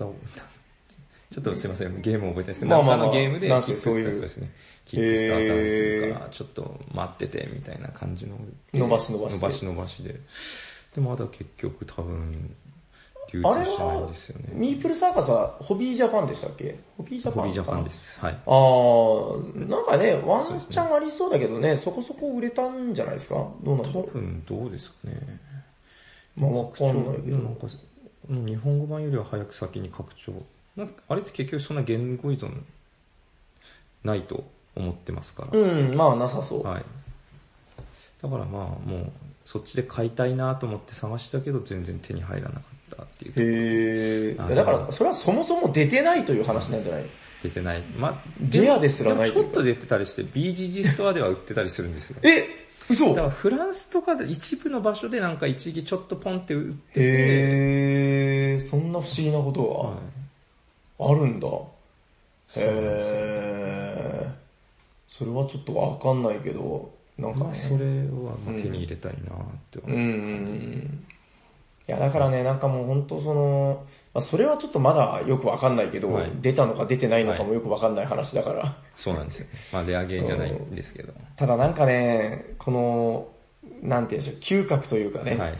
Speaker 1: ちょっとすいません、ゲームを覚えてないですけど、
Speaker 3: まあまあまあ
Speaker 1: なんかのゲームでキ
Speaker 3: なん
Speaker 1: ッ
Speaker 3: せ
Speaker 1: クスタ
Speaker 3: そうい
Speaker 1: ータ
Speaker 3: う
Speaker 1: ーそうですね。キックスターターにするから、ちょっと待ってて、みたいな感じの。
Speaker 3: 伸ばし伸ばしで
Speaker 1: 伸ばし伸ばしで。で、まだ結局多分、流通してないんですよね。
Speaker 3: ミープルサーカスはホビージャパンでしたっけホビージャパン。
Speaker 1: ホビージャパンですす。はい。
Speaker 3: あー、なんかね、ワンチャンありそうだけどね、そこそこ売れたんじゃないですかどうなんだ
Speaker 1: 多
Speaker 3: ろう。
Speaker 1: 分、どうですかね。
Speaker 3: まあわかんないけ
Speaker 1: なん
Speaker 3: ど。
Speaker 1: か、うん日本語版よりは早く先に拡張。なんかあれって結局そんな言語依存ないと思ってますから。
Speaker 3: うん、まあなさそう。
Speaker 1: はい。だからまあもう、そっちで買いたいなと思って探したけど全然手に入らなかったってい
Speaker 3: へ
Speaker 1: う。あ
Speaker 3: ー。だから、それはそもそも出てないという話なんじゃない
Speaker 1: 出てない。まあ、
Speaker 3: レアですらない
Speaker 1: でもちょっと出てたりして BGG ストアでは売ってたりする んですよ。
Speaker 3: え嘘
Speaker 1: だからフランスとかで一部の場所でなんか一時ちょっとポンって売ってて、
Speaker 3: へー、そんな不思議なこと
Speaker 1: はい
Speaker 3: があるんだ。
Speaker 1: うなんです
Speaker 3: へー。それはちょっとわかんないけど、なんか
Speaker 1: まあ
Speaker 3: ね。
Speaker 1: それはまあ手に入れたいなって
Speaker 3: うん
Speaker 1: 思
Speaker 3: う
Speaker 1: うん
Speaker 3: うん。いやだからね、なんかもう本当その、まあ、それはちょっとまだよくわかんないけど、
Speaker 1: はい
Speaker 3: 出たのか出てないのかもよくわかんない話だから。
Speaker 1: そうなんですよ。まあレアゲーじゃないんですけど。
Speaker 3: ただなんかね、この、なんて言うんでしょう、嗅覚というかね、
Speaker 1: はい。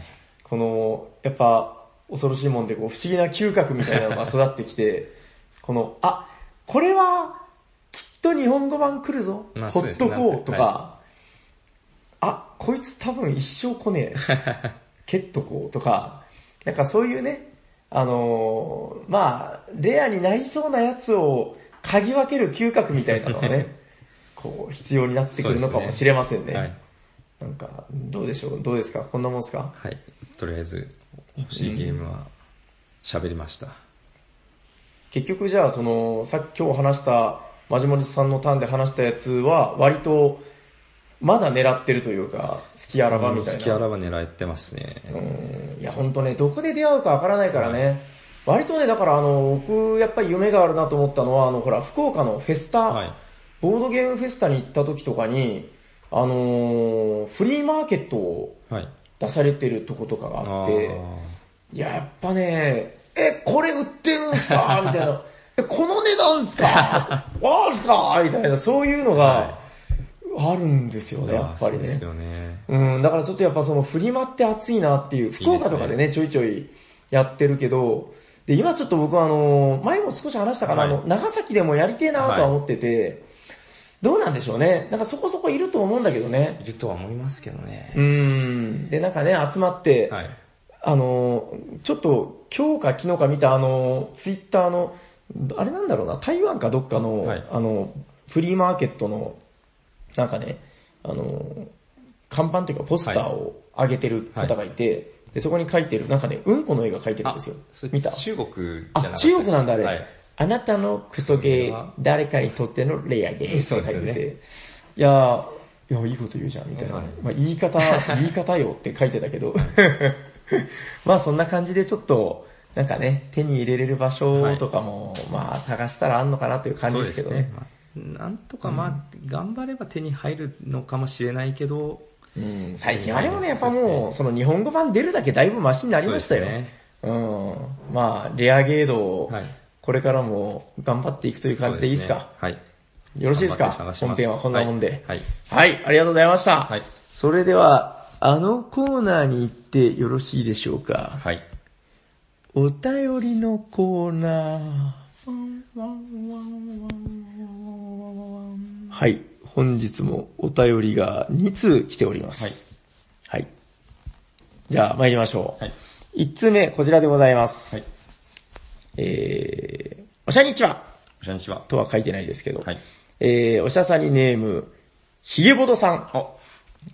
Speaker 3: この、やっぱ、恐ろしいもんで、こう、不思議な嗅覚みたいなのが育ってきて、 この、あ、これは、きっと日本語版来るぞ。
Speaker 1: まあ
Speaker 3: ほ
Speaker 1: そ
Speaker 3: っ
Speaker 1: うです
Speaker 3: とこうとか、
Speaker 1: は
Speaker 3: あ、こいつ多分一生来ねえ。 蹴っとこうとか、なんかそういうね、あのーまあレアになりそうなやつを嗅ぎ分ける嗅覚みたいなのが ね、こう、必要になってくるのかもしれませんね。
Speaker 1: はい。
Speaker 3: なんか、どうでしょうどうですかこんなもんですか
Speaker 1: はい。とりあえず、欲しいゲームは喋りました。
Speaker 3: 結局じゃあその、さっき今日話した、マジモリさんのターンで話したやつは、割と、まだ狙ってるというか、好きあらばみたいな。
Speaker 1: 好きあらば狙ってますね。
Speaker 3: うんいや、ほんとね、どこで出会うかわからないからね。割とね、だからあの、僕、やっぱり夢があるなと思ったのは、あの、ほら、福岡のフェスタ、
Speaker 1: はい。
Speaker 3: ボードゲームフェスタに行った時とかに、あのーフリーマーケットを
Speaker 1: はい。
Speaker 3: 出されてるとことかがあって、
Speaker 1: ー
Speaker 3: いや、やっぱね、え、これ売ってるんす かみたいな。え、この値段すかわーすかみたいな、そういうのがあるんですよね、やっぱり
Speaker 1: そうで
Speaker 3: ね
Speaker 1: す。よね。
Speaker 3: うん、だからちょっとやっぱそのフリマって熱いなっていう、福岡とかでね、ちょいちょいやってるけど、で、今ちょっと僕はあの、前も少し話したかな、
Speaker 1: はい
Speaker 3: あの、長崎でもやりてえなとは思ってて、どうなんでしょうね。なんかそこそこいると思うんだけどね。
Speaker 1: いるとは思いますけどね。
Speaker 3: うん。で、なんかね、集まって、
Speaker 1: はい。
Speaker 3: あの、ちょっと今日か昨日か見たあの、ツイッターの、あれなんだろうな、台湾かどっかの、
Speaker 1: はい
Speaker 3: あの、フリーマーケットの、なんかね、あの、看板というかポスターを上げてる方がいて、でそこに書いてる、なんかね、うんこの絵が書いてるんですよ。
Speaker 1: それ
Speaker 3: 見た
Speaker 1: 中国じゃなかった
Speaker 3: あ、
Speaker 1: です
Speaker 3: 中国なんだあれ。
Speaker 1: はい。
Speaker 3: あなたのクソゲ
Speaker 1: これは
Speaker 3: ー、誰かにとってのレアゲーって書いて
Speaker 1: そうですよ
Speaker 3: て。いやーいや、いいこと言うじゃん、みたいな。
Speaker 1: はい
Speaker 3: まあ、言い 方、言い方よって書いてたけど。 まあ、そんな感じでちょっと、なんかね、手に入れれる場所とかも、まあ、探したらあんのかなという感じですけどね。
Speaker 1: そうですねなんとかまあ、頑張れば手に入るのかもしれないけど、
Speaker 3: うん、最近あれもね、やっぱもう、その日本語版出るだけだいぶマシになりましたよ。
Speaker 1: そう
Speaker 3: う
Speaker 1: ですね
Speaker 3: ん。まあ、レアゲードを
Speaker 1: はい、
Speaker 3: これからも頑張っていくという感じでいいですか
Speaker 1: そうねはい。
Speaker 3: よろしいですか
Speaker 1: 頑張って探しま
Speaker 3: 本
Speaker 1: す
Speaker 3: 編はこんなもんで、
Speaker 1: はい
Speaker 3: はい。ありがとうございました。
Speaker 1: はい
Speaker 3: それでは、あのコーナーに行ってよろしいでしょうか
Speaker 1: はい。
Speaker 3: お便りのコーナー。はい。本日もお便りが2通来ております。はい。じゃあ参りましょう。
Speaker 1: はい
Speaker 3: 1通目、こちらでございます。
Speaker 1: はい。
Speaker 3: えー、おしゃにちは
Speaker 1: おしゃにちは。
Speaker 3: とは書いてないですけど。
Speaker 1: はい。
Speaker 3: えー、おしゃさにネーム、ひげぼとさん。
Speaker 1: あ、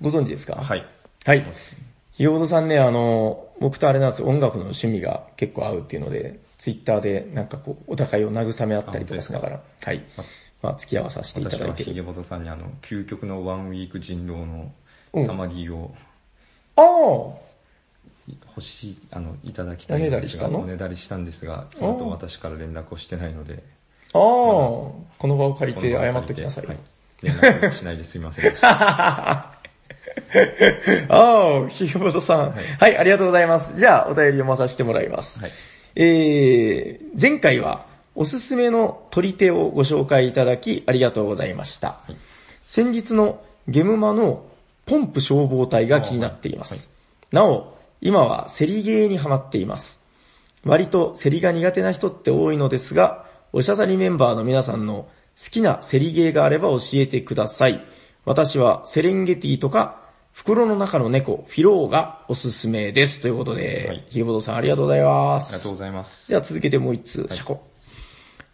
Speaker 3: ご存知ですか
Speaker 1: はい。
Speaker 3: はい。ひよどさんね、あの、僕とあれなんですよ、音楽の趣味が結構合うっていうので、ツイッターでなんかこう、お互いを慰め合ったりとかしながら、はい。まあ、付き合わさせていた
Speaker 1: 私
Speaker 3: だい
Speaker 1: は
Speaker 3: て
Speaker 1: ひ
Speaker 3: る。
Speaker 1: げぼとさんにあの、究極のワンウィーク人狼
Speaker 3: うん
Speaker 1: のサマリーを
Speaker 3: ああ
Speaker 1: 欲しい、あの、いただきたいん
Speaker 3: おねだり
Speaker 1: で
Speaker 3: し
Speaker 1: す
Speaker 3: た
Speaker 1: が、
Speaker 3: の
Speaker 1: おねだりしたんですが、その後私から連絡をしてないので、
Speaker 3: ああ、この場を借りて謝って
Speaker 1: て
Speaker 3: ください。
Speaker 1: はい。連絡しないですいませんでした。
Speaker 3: ああ、ひよどさん、はい。ありがとうございます。じゃあ、お便り読まさせてもらいます。
Speaker 1: はい。
Speaker 3: えー、前回はおすすめの取り手をご紹介いただきありがとうございました。
Speaker 1: い
Speaker 3: 先日のゲムマのポンプ消防隊が気になっています。なお、今はセリゲーにハマっています。割とセリが苦手な人って多いのですが、おしゃさりメンバーの皆さんの好きなセリゲーがあれば教えてください。私はセレンゲティとか、袋の中の猫、フィローがおすすめです。ということで、
Speaker 1: はい
Speaker 3: ひげぼとさんありがとうございます。
Speaker 1: ありがとうございます。
Speaker 3: では続けてもう一通、シャコ。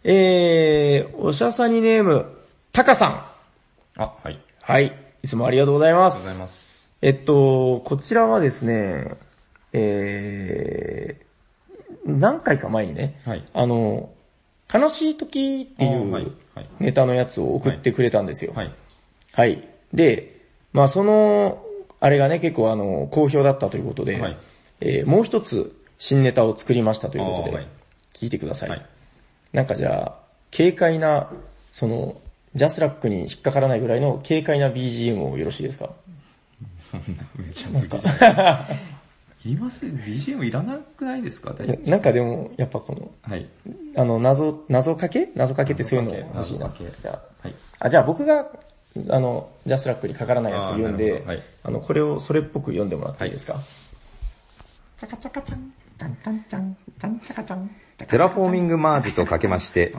Speaker 3: えー、おしゃさにネーム、タカさん。
Speaker 1: あ、はい。ありが
Speaker 3: はい。いつもありがとうございま
Speaker 1: とうござい
Speaker 3: す。
Speaker 1: ます。
Speaker 3: えっと、こちらはですね、えー、何回か前にね、
Speaker 1: はい
Speaker 3: あの、楽しい時ってい
Speaker 1: あーはいうはい
Speaker 3: ネタのやつを送ってくれたんですよ。
Speaker 1: はい。
Speaker 3: はい。で、まあその、あれがね、結構あの、好評だったということで、
Speaker 1: はい
Speaker 3: えーもう一つ新ネタを作りましたということで、
Speaker 1: あーはい
Speaker 3: 聞いてください。
Speaker 1: はい
Speaker 3: なんかじゃあ、軽快な、その、ジャスラックに引っかからないぐらいの軽快な BGM をよろしいですか
Speaker 1: めちゃめちゃ。 いります ?BGM いらなくないですか大
Speaker 3: な
Speaker 1: 体
Speaker 3: なんかでも、やっぱこの、
Speaker 1: はい。
Speaker 3: あの、謎、謎かけ謎かけってそういうの欲しいな。
Speaker 1: 謎かけ謎かけ
Speaker 3: じゃあ
Speaker 1: はい。
Speaker 3: あ、じゃあ僕が、あの、ジャスラックにかからないやつ読ん
Speaker 1: あーなる
Speaker 3: で、
Speaker 1: ほどはい
Speaker 3: あの、これをそれっぽく読んでもらっていいですか、
Speaker 4: テラフォーミングマージとかけまして、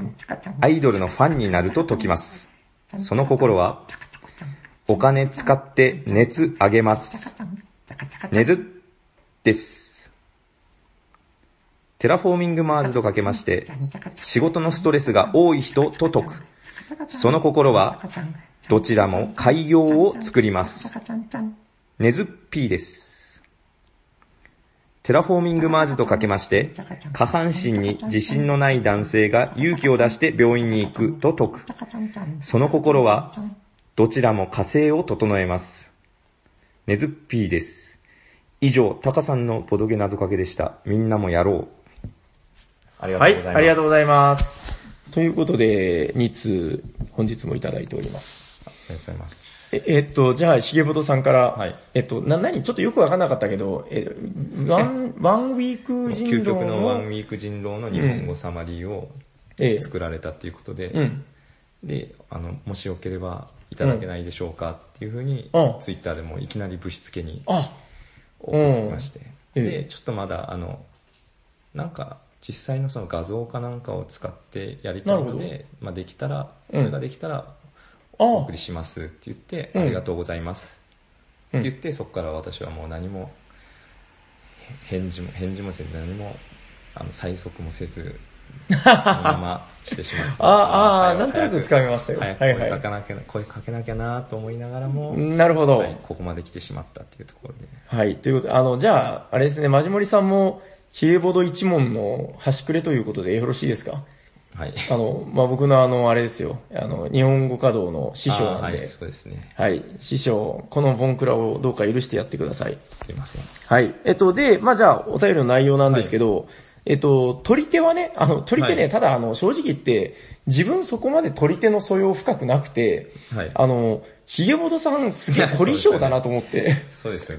Speaker 4: アイドルのファンになると解きます。その心は、お金使って熱上げます。ねずです。テラフォーミングマージとかけまして、仕事のストレスが多い人と解く。その心は、どちらも海洋を作ります。ねずっぴーです。テラフォーミングマージとかけまして、下半身に自信のない男性が勇気を出して病院に行くと説く。その心は、どちらも火星を整えます。ネズッピーです。以上、タカさんのボドゲ謎かけでした。みんなもやろう。
Speaker 1: ありが
Speaker 3: はい、ありがとうございます。ということで、2通、本日もいただいております。
Speaker 1: ありがとうございます。
Speaker 3: え、えっと、じゃあ、ひげぼとさんから、
Speaker 1: はい
Speaker 3: えっと、な、なに、ちょっとよくわかんなかったけど、え、ワ ン、ワンウィーク人
Speaker 1: 究
Speaker 3: 狼の、
Speaker 1: 極のワンウィーク人狼の日本語サマリーを
Speaker 3: ええ
Speaker 1: 作られたということで、
Speaker 3: うん。
Speaker 1: で、あの、もしよければいただけないでしょうかっていうふうに、
Speaker 3: うん
Speaker 1: ツイッターでもいきなりぶしつけに
Speaker 3: あ、
Speaker 1: 送りまして、
Speaker 3: うんええ
Speaker 1: で、ちょっとまだあの、なんか、実際のその画像かなんかを使ってやりたい
Speaker 3: な
Speaker 1: ので、まあできたら、それができたらお
Speaker 3: あ
Speaker 1: 送り、しますって言って、
Speaker 3: うん
Speaker 1: ありがとうございます。
Speaker 3: う
Speaker 1: って言
Speaker 3: ん、
Speaker 1: って、そこから私はもう何も、へ返事も、返事もせず、何も、あの、催促もせず、そのまましてしまっ た。
Speaker 3: ああー、
Speaker 1: 早
Speaker 3: なんとなく掴みましたよ。は
Speaker 1: 早
Speaker 3: い
Speaker 1: く声
Speaker 3: は
Speaker 1: かけなきゃ、声かけなきゃなと思いながらも、
Speaker 3: い。なるほど。は
Speaker 1: はい
Speaker 3: い、、
Speaker 1: ここまで来てしまったっていうところで。
Speaker 3: ということで、あの、じゃあ、あれですね、まじもりさんも、ひげぼど一問の端くれということでよろしいですか
Speaker 1: はい。
Speaker 3: あの、まあ、僕のあの、あれですよ。あの、日本語稼働の師匠
Speaker 1: あ
Speaker 3: なん
Speaker 1: ーは
Speaker 3: で
Speaker 1: い、。そうですね。
Speaker 3: はい。師匠、このボンクラをどうか許してやってください。
Speaker 1: すいません。
Speaker 3: はい。えっと、で、まあ、じゃあ、お便りの内容なんですけど、えっと、取り手はね、あの、取り手ね、
Speaker 1: はい
Speaker 3: ただ、あの、正直言って、自分そこまで取り手の素養深くなくて、
Speaker 1: はい
Speaker 3: あの、ヒゲボドさんすげえ凝り性だなと思って、
Speaker 1: そうですよ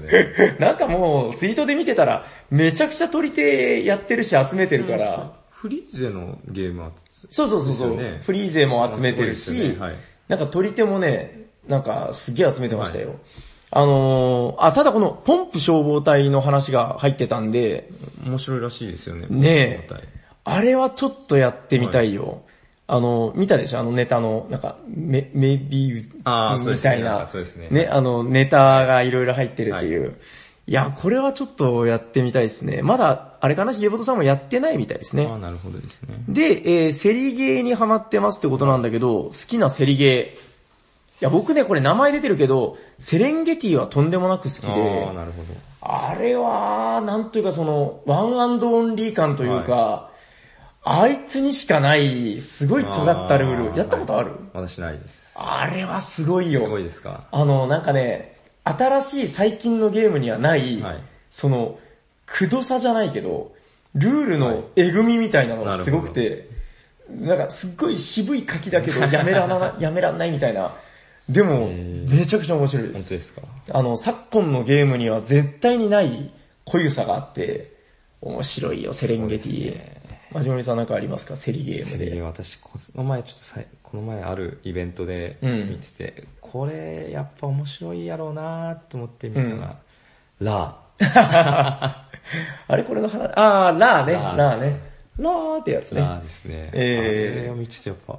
Speaker 1: ね。
Speaker 3: なんかもう、ツイートで見てたら、めちゃくちゃ取り手やってるし、集めてるから、
Speaker 1: フリーゼのゲームは、
Speaker 3: そうそうそうそう、
Speaker 1: ですよね
Speaker 3: フリーゼも集めてるし、
Speaker 1: すごいですよねはい
Speaker 3: なんか取り手もね、なんかすげえ集めてましたよ。あのー、あ、ただこのポンプ消防隊の話が入ってたんで、
Speaker 1: 面白いらしいですよね。
Speaker 3: ねえ
Speaker 1: この舞台
Speaker 3: あれはちょっとやってみたいよ。あの、見たでしょあのネタの、なんか、メ、メビウ
Speaker 1: あーそう
Speaker 3: み
Speaker 1: ですね
Speaker 3: たい
Speaker 1: なん
Speaker 3: な
Speaker 1: か、そうですね
Speaker 3: あの、ネタがいろいろ入ってるっていう。い、や、これはちょっとやってみたいですね。まだ、あれかなヒゲボトさんもやってないみたいですね。
Speaker 1: ああ、なるほどですね。
Speaker 3: で、えー、セリゲーにハマってますってことなんだけど、好きなセリゲー。いや、僕ね、これ名前出てるけど、セレンゲティはとんでもなく好き
Speaker 1: あ
Speaker 3: で
Speaker 1: あ、、なるほど。
Speaker 3: あれは、なんというかその、ワンアンドオンリー感というか、あいつにしかない、すごい尖ったルー
Speaker 1: あ
Speaker 3: ル。
Speaker 1: ー
Speaker 3: やったことある、
Speaker 1: 私ないです。
Speaker 3: あれはすごいよ。
Speaker 1: すごいですか
Speaker 3: あの、なんかね、新しい最近のゲームにはない、
Speaker 1: はい
Speaker 3: その、くどさじゃないけど、ルールのえぐみみたいなのがすごくて、なんかすっごい渋い書きだけど、 やめらな、やめらんないみたいな。でも、めちゃくちゃ面白いで
Speaker 1: 本当
Speaker 3: す。
Speaker 1: ですか
Speaker 3: あの、昨今のゲームには絶対にない濃ゆさがあって、面白いよ、セレンゲティ。マジモリさんなんかありますかセリゲーム
Speaker 1: セリゲ
Speaker 3: で。
Speaker 1: 私、この前ちょっとさい、この前あるイベントで
Speaker 3: うん
Speaker 1: 見てて、これやっぱ面白いやろうなと思って見たら、ラ
Speaker 3: あれこれの話、あー、ラーね、
Speaker 1: ラー
Speaker 3: ラーね。ラーってやつ
Speaker 1: ー。
Speaker 3: ね。
Speaker 1: ラーですね。
Speaker 3: ええ
Speaker 1: あれを見ててやっぱ、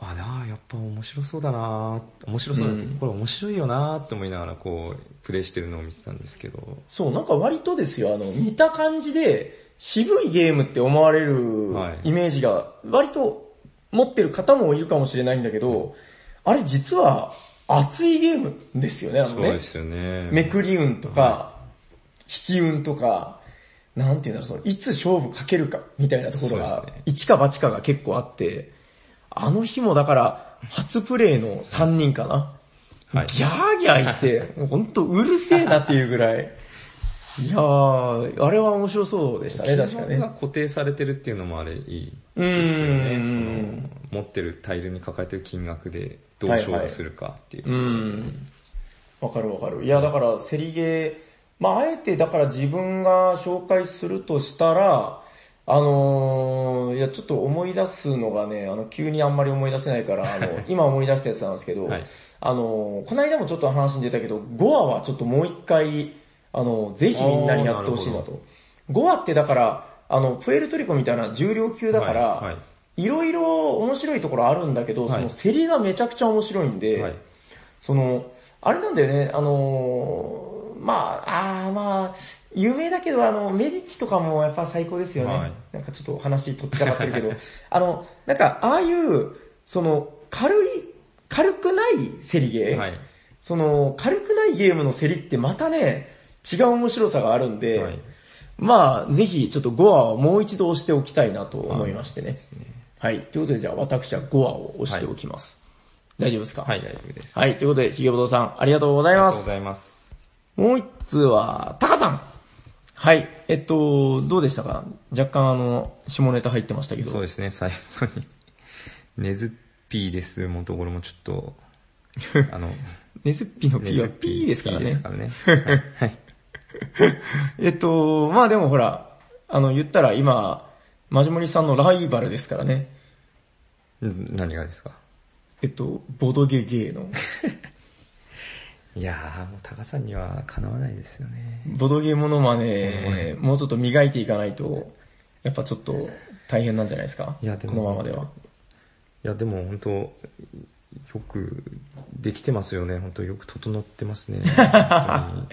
Speaker 1: あ、ラーやっぱ面白そうだな面白そうなんですけど、これ面白いよなって思いながらこう、プレイしてるのを見てたんですけど、
Speaker 3: そう、なんか割とですよ、あの、見た感じで、渋いゲームって思われる
Speaker 1: はい
Speaker 3: イメージが、割と持ってる方もいるかもしれないんだけど、あれ実は熱いゲームですよね、あの
Speaker 1: そう
Speaker 3: ね
Speaker 1: で。すよね。
Speaker 3: めくり運とか、引き運とか、なんていうんだろう、その、いつ勝負かけるか、みたいなところ
Speaker 1: そう
Speaker 3: が
Speaker 1: ですね、
Speaker 3: 一か八かが結構あって、あの日もだから、初プレイの3人かな。
Speaker 1: はい。
Speaker 3: ギャーギャー言 って、ほんとうるせえなっていうぐらい。いやー、あれは面白そうでしたね、確か
Speaker 1: 金額が
Speaker 3: ね。
Speaker 1: 固定されてるっていうのもあれいい
Speaker 3: うん
Speaker 1: ですよ
Speaker 3: う
Speaker 1: ね。
Speaker 3: ん
Speaker 1: その持ってるタイルに抱えてる金額でどう勝負するかっていう
Speaker 3: う。ん。わかるわかる。いや、だから、セリゲー、まああえてだから自分が紹介するとしたら、あのー、いや、ちょっと思い出すのがね、あの、急にあんまり思い出せないから、あ の、今思い出したやつなんですけど、
Speaker 1: はい
Speaker 3: あのー、この間もちょっと話に出たけど、5話はちょっともう一回、あの、ぜひみんなにやってほしいな
Speaker 1: あーなるほ
Speaker 3: と。5話ってだから、あの、プエルトリコみたいな重量級だから、
Speaker 1: はいいは
Speaker 3: ろいろ面白いところあるんだけど、
Speaker 1: はい
Speaker 3: そのセリがめちゃくちゃ面白いんで、
Speaker 1: はい
Speaker 3: その、あれなんだよね、あのーまあ、あーまあ、有名だけど、あの、メディッチとかもやっぱ最高ですよね。
Speaker 1: はい
Speaker 3: なんかちょっとお話とっちらかってるけ ど、あの、なんか、ああいう、その、軽い、軽くないセリゲー、
Speaker 1: はい。
Speaker 3: その、軽くないゲームのセリってまたね、違う面白さがあるんで、
Speaker 1: はい
Speaker 3: まあ、ぜひちょっと5話をもう一度押しておきたいなと思いましてね。
Speaker 1: ですね。
Speaker 3: はい。ということで、じゃあ私は5話を押しておきます。大丈夫ですか
Speaker 1: はい、大丈夫です。あ
Speaker 3: はい、ということで、ひげぼとさん、ありがとうござい
Speaker 1: り
Speaker 3: ま
Speaker 1: がとうご
Speaker 3: す。
Speaker 1: ざいます。
Speaker 3: もう一通は、タカさん。はい、えっと、どうでしたか若干あの、下ネタ入ってましたけど。
Speaker 1: そうですね、最後に。ネズッピーですもところもちょ っと、あの、
Speaker 3: ネズッピの P は
Speaker 1: ネズッ
Speaker 3: P ですから
Speaker 1: ピーです
Speaker 3: ね
Speaker 1: か。らね。 はい
Speaker 3: えっと、まあでもほら、あの、言ったら今、マジモリさんのライバルですからね。
Speaker 1: うん何がですか
Speaker 3: えっと、ボドゲゲー の。
Speaker 1: いやー、もう高さんにはかなわないですよね。
Speaker 3: ボドゲモノマネ、もうちょっと磨いていかないと、やっぱちょっと大変なんじゃないですか
Speaker 1: いやでも
Speaker 3: このままでは。
Speaker 1: いや、でも本当よくできてますよね。本当よく整ってます ね。本